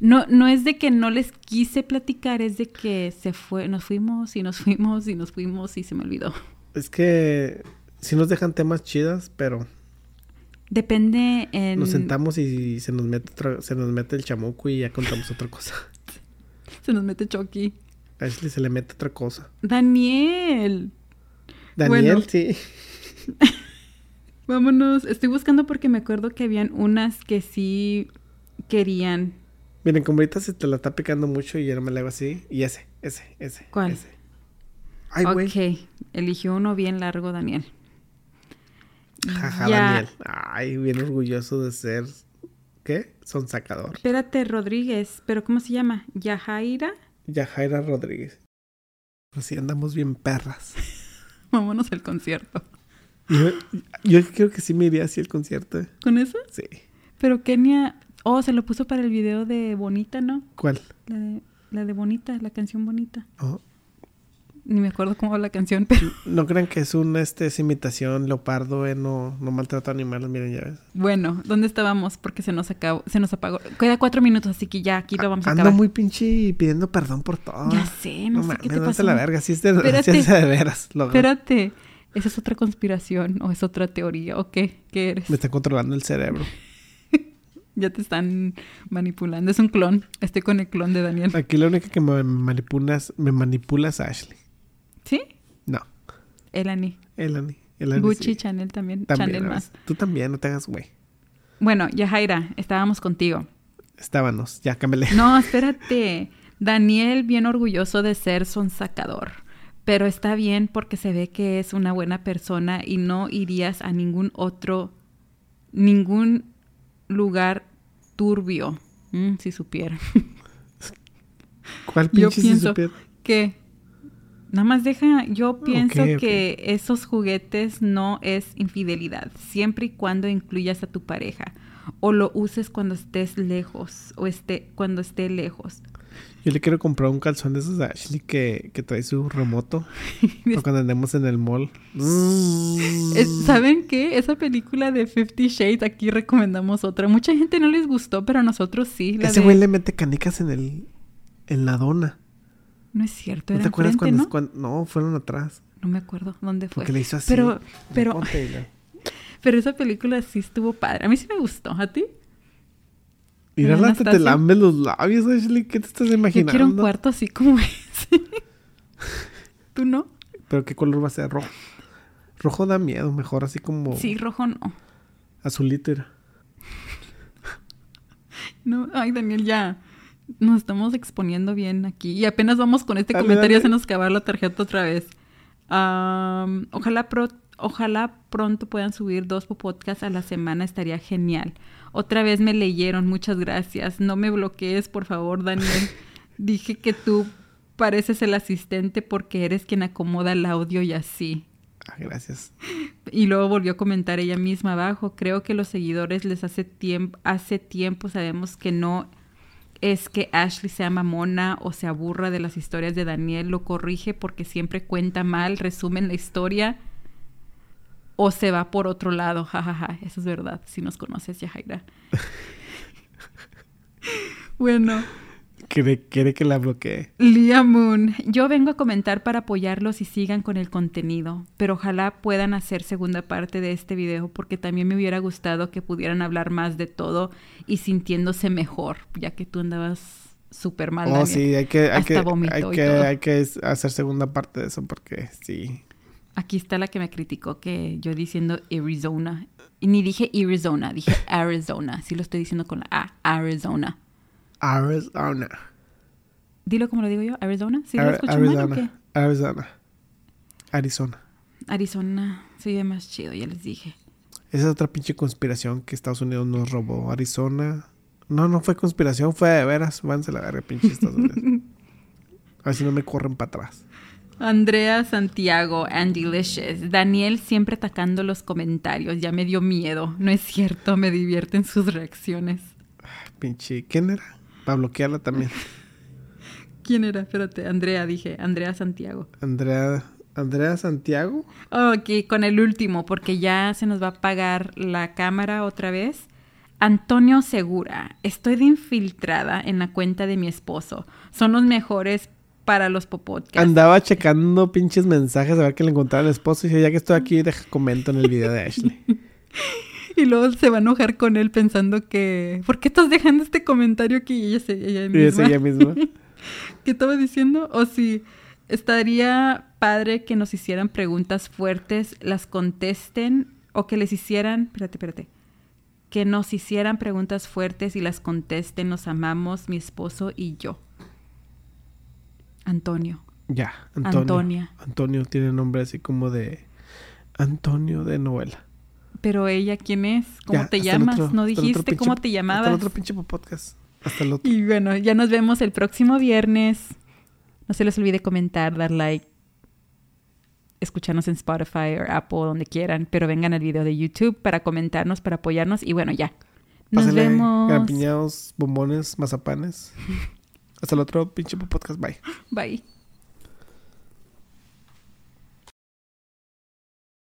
B: No, no es de que no les quise platicar, es de que se fue, nos fuimos y nos fuimos y nos fuimos y se me olvidó.
A: Es que si nos dejan temas chidas, pero
B: Depende en...
A: nos sentamos y se nos mete otra- se nos mete el chamuco y ya contamos otra cosa.
B: Se nos mete Chucky.
A: A Ashley se le mete otra cosa.
B: Daniel.
A: Daniel,
B: Bueno.
A: sí.
B: Vámonos. Estoy buscando porque me acuerdo que habían unas que sí querían.
A: Miren, como ahorita se te la está picando mucho y ya no me la hago así. Y ese, ese, ese.
B: ¿Cuál?
A: Ese. Ay, güey.
B: ok. Eligió uno bien largo, Daniel.
A: Jaja,
B: Ya.
A: Daniel. Ay, bien orgulloso de ser. ¿Qué? Sonsacador.
B: Espérate, Rodríguez, pero ¿cómo se llama? Yajaira.
A: Yajaira Rodríguez. Así andamos bien perras.
B: Vámonos al concierto.
A: Yo, yo creo que sí me iría así al concierto. eh.
B: ¿Con eso?
A: Sí.
B: Pero Kenia, oh, se lo puso para el video de Bonita, ¿no?
A: ¿Cuál?
B: La de, la de Bonita, la canción Bonita.
A: Oh.
B: Ni me acuerdo cómo va la canción, pero
A: No crean que es una este, es imitación leopardo, eh, no, no maltrato animales, miren, ya ves.
B: bueno, ¿dónde estábamos? Porque se nos acabó, se nos apagó. Queda cuatro minutos, así que ya aquí lo vamos a
A: Ando
B: acabar.
A: muy pinche pidiendo perdón por todo.
B: Ya sé, no, sé qué te
A: mames,
B: pasó.
A: la verga, sí es de, sí
B: Espérate.
A: es de veras. loco.
B: Espérate, ¿esa es otra conspiración o es otra teoría o qué? ¿Qué eres?
A: Me está controlando el cerebro.
B: Ya te están manipulando. Es un clon. Estoy con el clon de Daniel.
A: Aquí la única que me manipulas, me manipulas a Ashley.
B: ¿Sí?
A: No,
B: Elani.
A: Elani. Elani
B: Gucci,
A: sí.
B: Chanel también.
A: También,
B: Chanel
A: a
B: más.
A: ver, Tú también, no te hagas güey.
B: Bueno, Yajaira, estábamos contigo.
A: Estábamos, ya cámbiale.
B: No, espérate. Daniel, bien orgulloso de ser sonsacador. Pero está bien porque se ve que es una buena persona y no irías a ningún otro, ningún lugar turbio. Mm, si supiera.
A: ¿Cuál
B: Yo
A: pinche si
B: pienso
A: supiera?
B: que nada más deja, yo pienso
A: ok.
B: que esos juguetes no es infidelidad, siempre y cuando incluyas a tu pareja o lo uses cuando estés lejos o esté cuando esté lejos.
A: Yo le quiero comprar un calzón de esos a Ashley que, que trae su remoto. o cuando andemos en el mall. Mm.
B: Es- ¿Saben qué? Esa película de Fifty Shades aquí recomendamos otra. Mucha gente no les gustó, pero a nosotros sí. La
A: Ese
B: de-
A: güey le mete canicas en el en la dona.
B: No es cierto,
A: ¿No
B: era
A: te acuerdas
B: enfrente,
A: cuando,
B: ¿no?
A: cuando, no fueron atrás?
B: No me acuerdo dónde fue.
A: Porque le hizo así.
B: Pues, Pero, pero,
A: Ponte y la-
B: pero esa película sí estuvo padre. A mí sí me gustó. ¿A ti?
A: Mira,
B: Pero
A: hasta te
B: Anastasia-
A: lambes los labios, Ashley. ¿Qué te estás
B: Yo
A: imaginando?
B: quiero un cuarto así como ese. ¿Tú no?
A: Pero qué color va a ser rojo. Rojo da miedo, mejor así como
B: Sí, rojo no.
A: azulito. era.
B: No, ay, Daniel, ya. Nos estamos exponiendo bien aquí. Y apenas vamos con este
A: Dale,
B: comentario,
A: dale.
B: se nos acabar la tarjeta otra vez. Am, ojalá, pro- ojalá pronto puedan subir dos podcasts a la semana, estaría genial. Otra vez me leyeron, muchas gracias. No me bloquees, por favor, Daniel. Dije que tú pareces el asistente porque eres quien acomoda el audio y así.
A: Ah, gracias.
B: Y luego volvió a comentar ella misma abajo, creo que los seguidores les hace tiempo, hace tiempo sabemos que no es que Ashley sea mamona o se aburra de las historias de Daniel, lo corrige porque siempre cuenta mal, resumen la historia o se va por otro lado, jajaja, eso es verdad, si nos conoces, Yajaira. bueno.
A: Quiere, quiere que la bloquee.
B: Lia Moon, yo vengo a comentar para apoyarlos y sigan con el contenido, pero ojalá puedan hacer segunda parte de este video porque también me hubiera gustado que pudieran hablar más de todo y sintiéndose mejor, ya que tú andabas súper mal.
A: oh,
B: Daniel.
A: sí, hay que, hay
B: Hasta
A: que,
B: vomitó
A: hay
B: y
A: que,
B: todo.
A: hay que hacer segunda parte de eso porque sí.
B: Aquí está la que me criticó que yo diciendo Arizona. Y ni dije Arizona, dije Arizona. Sí lo estoy diciendo con la A, Arizona.
A: Arizona.
B: Dilo como lo digo yo, Arizona. ¿Sí lo
A: Ar-
B: escucho mal o qué?
A: Arizona. Arizona. Arizona.
B: Arizona se oye más chido, ya les dije.
A: Esa es otra pinche conspiración que Estados Unidos nos robó. Arizona. No, no fue conspiración, fue de veras. Váyanse a la verga, pinche Estados Unidos. A ver si no me corren para atrás.
B: Andrea Santiago and Delicious. Daniel siempre atacando los comentarios. Ya me dio miedo. No es cierto, me divierten sus reacciones.
A: Pinche, ¿quién era? Para bloquearla también.
B: ¿Quién era? Espérate, Andrea, dije. Andrea Santiago.
A: Andrea, Andrea Santiago.
B: Ok, con el último, porque ya se nos va a apagar la cámara otra vez. Antonio Segura, estoy de infiltrada en la cuenta de mi esposo. Son los mejores para los popodcasts.
A: Andaba checando pinches mensajes a ver que le encontraba el esposo. Y dice, ya que estoy aquí, deja comento en el video de Ashley.
B: Y luego se va a enojar con él pensando que... ¿Por qué estás dejando este comentario que ella, se, ella
A: Y es
B: misma-
A: ella misma.
B: ¿Qué estaba diciendo? O si estaría padre que nos hicieran preguntas fuertes, las contesten o que les hicieran, espérate, espérate, que nos hicieran preguntas fuertes y las contesten, nos amamos, mi esposo y yo. Antonio.
A: Ya, Antonio.
B: Antonia.
A: Antonio tiene nombre así como de... Antonio de novela.
B: Pero ella, ¿quién es? ¿Cómo
A: Ya,
B: te
A: hasta el
B: llamas?
A: otro-
B: ¿No
A: hasta el otro
B: dijiste
A: pinche-
B: cómo
A: Hasta
B: te llamabas?
A: el otro pinche podcast. Hasta el otro.
B: Y bueno, ya nos vemos el próximo viernes. No se les olvide comentar, dar like, escucharnos en Spotify o Apple, donde quieran, pero vengan al video de YouTube para comentarnos, para apoyarnos y bueno, ya. Nos
A: Pásale
B: vemos.
A: Grampiñados, bombones, mazapanes. Hasta el otro pinche podcast. Bye.
B: Bye.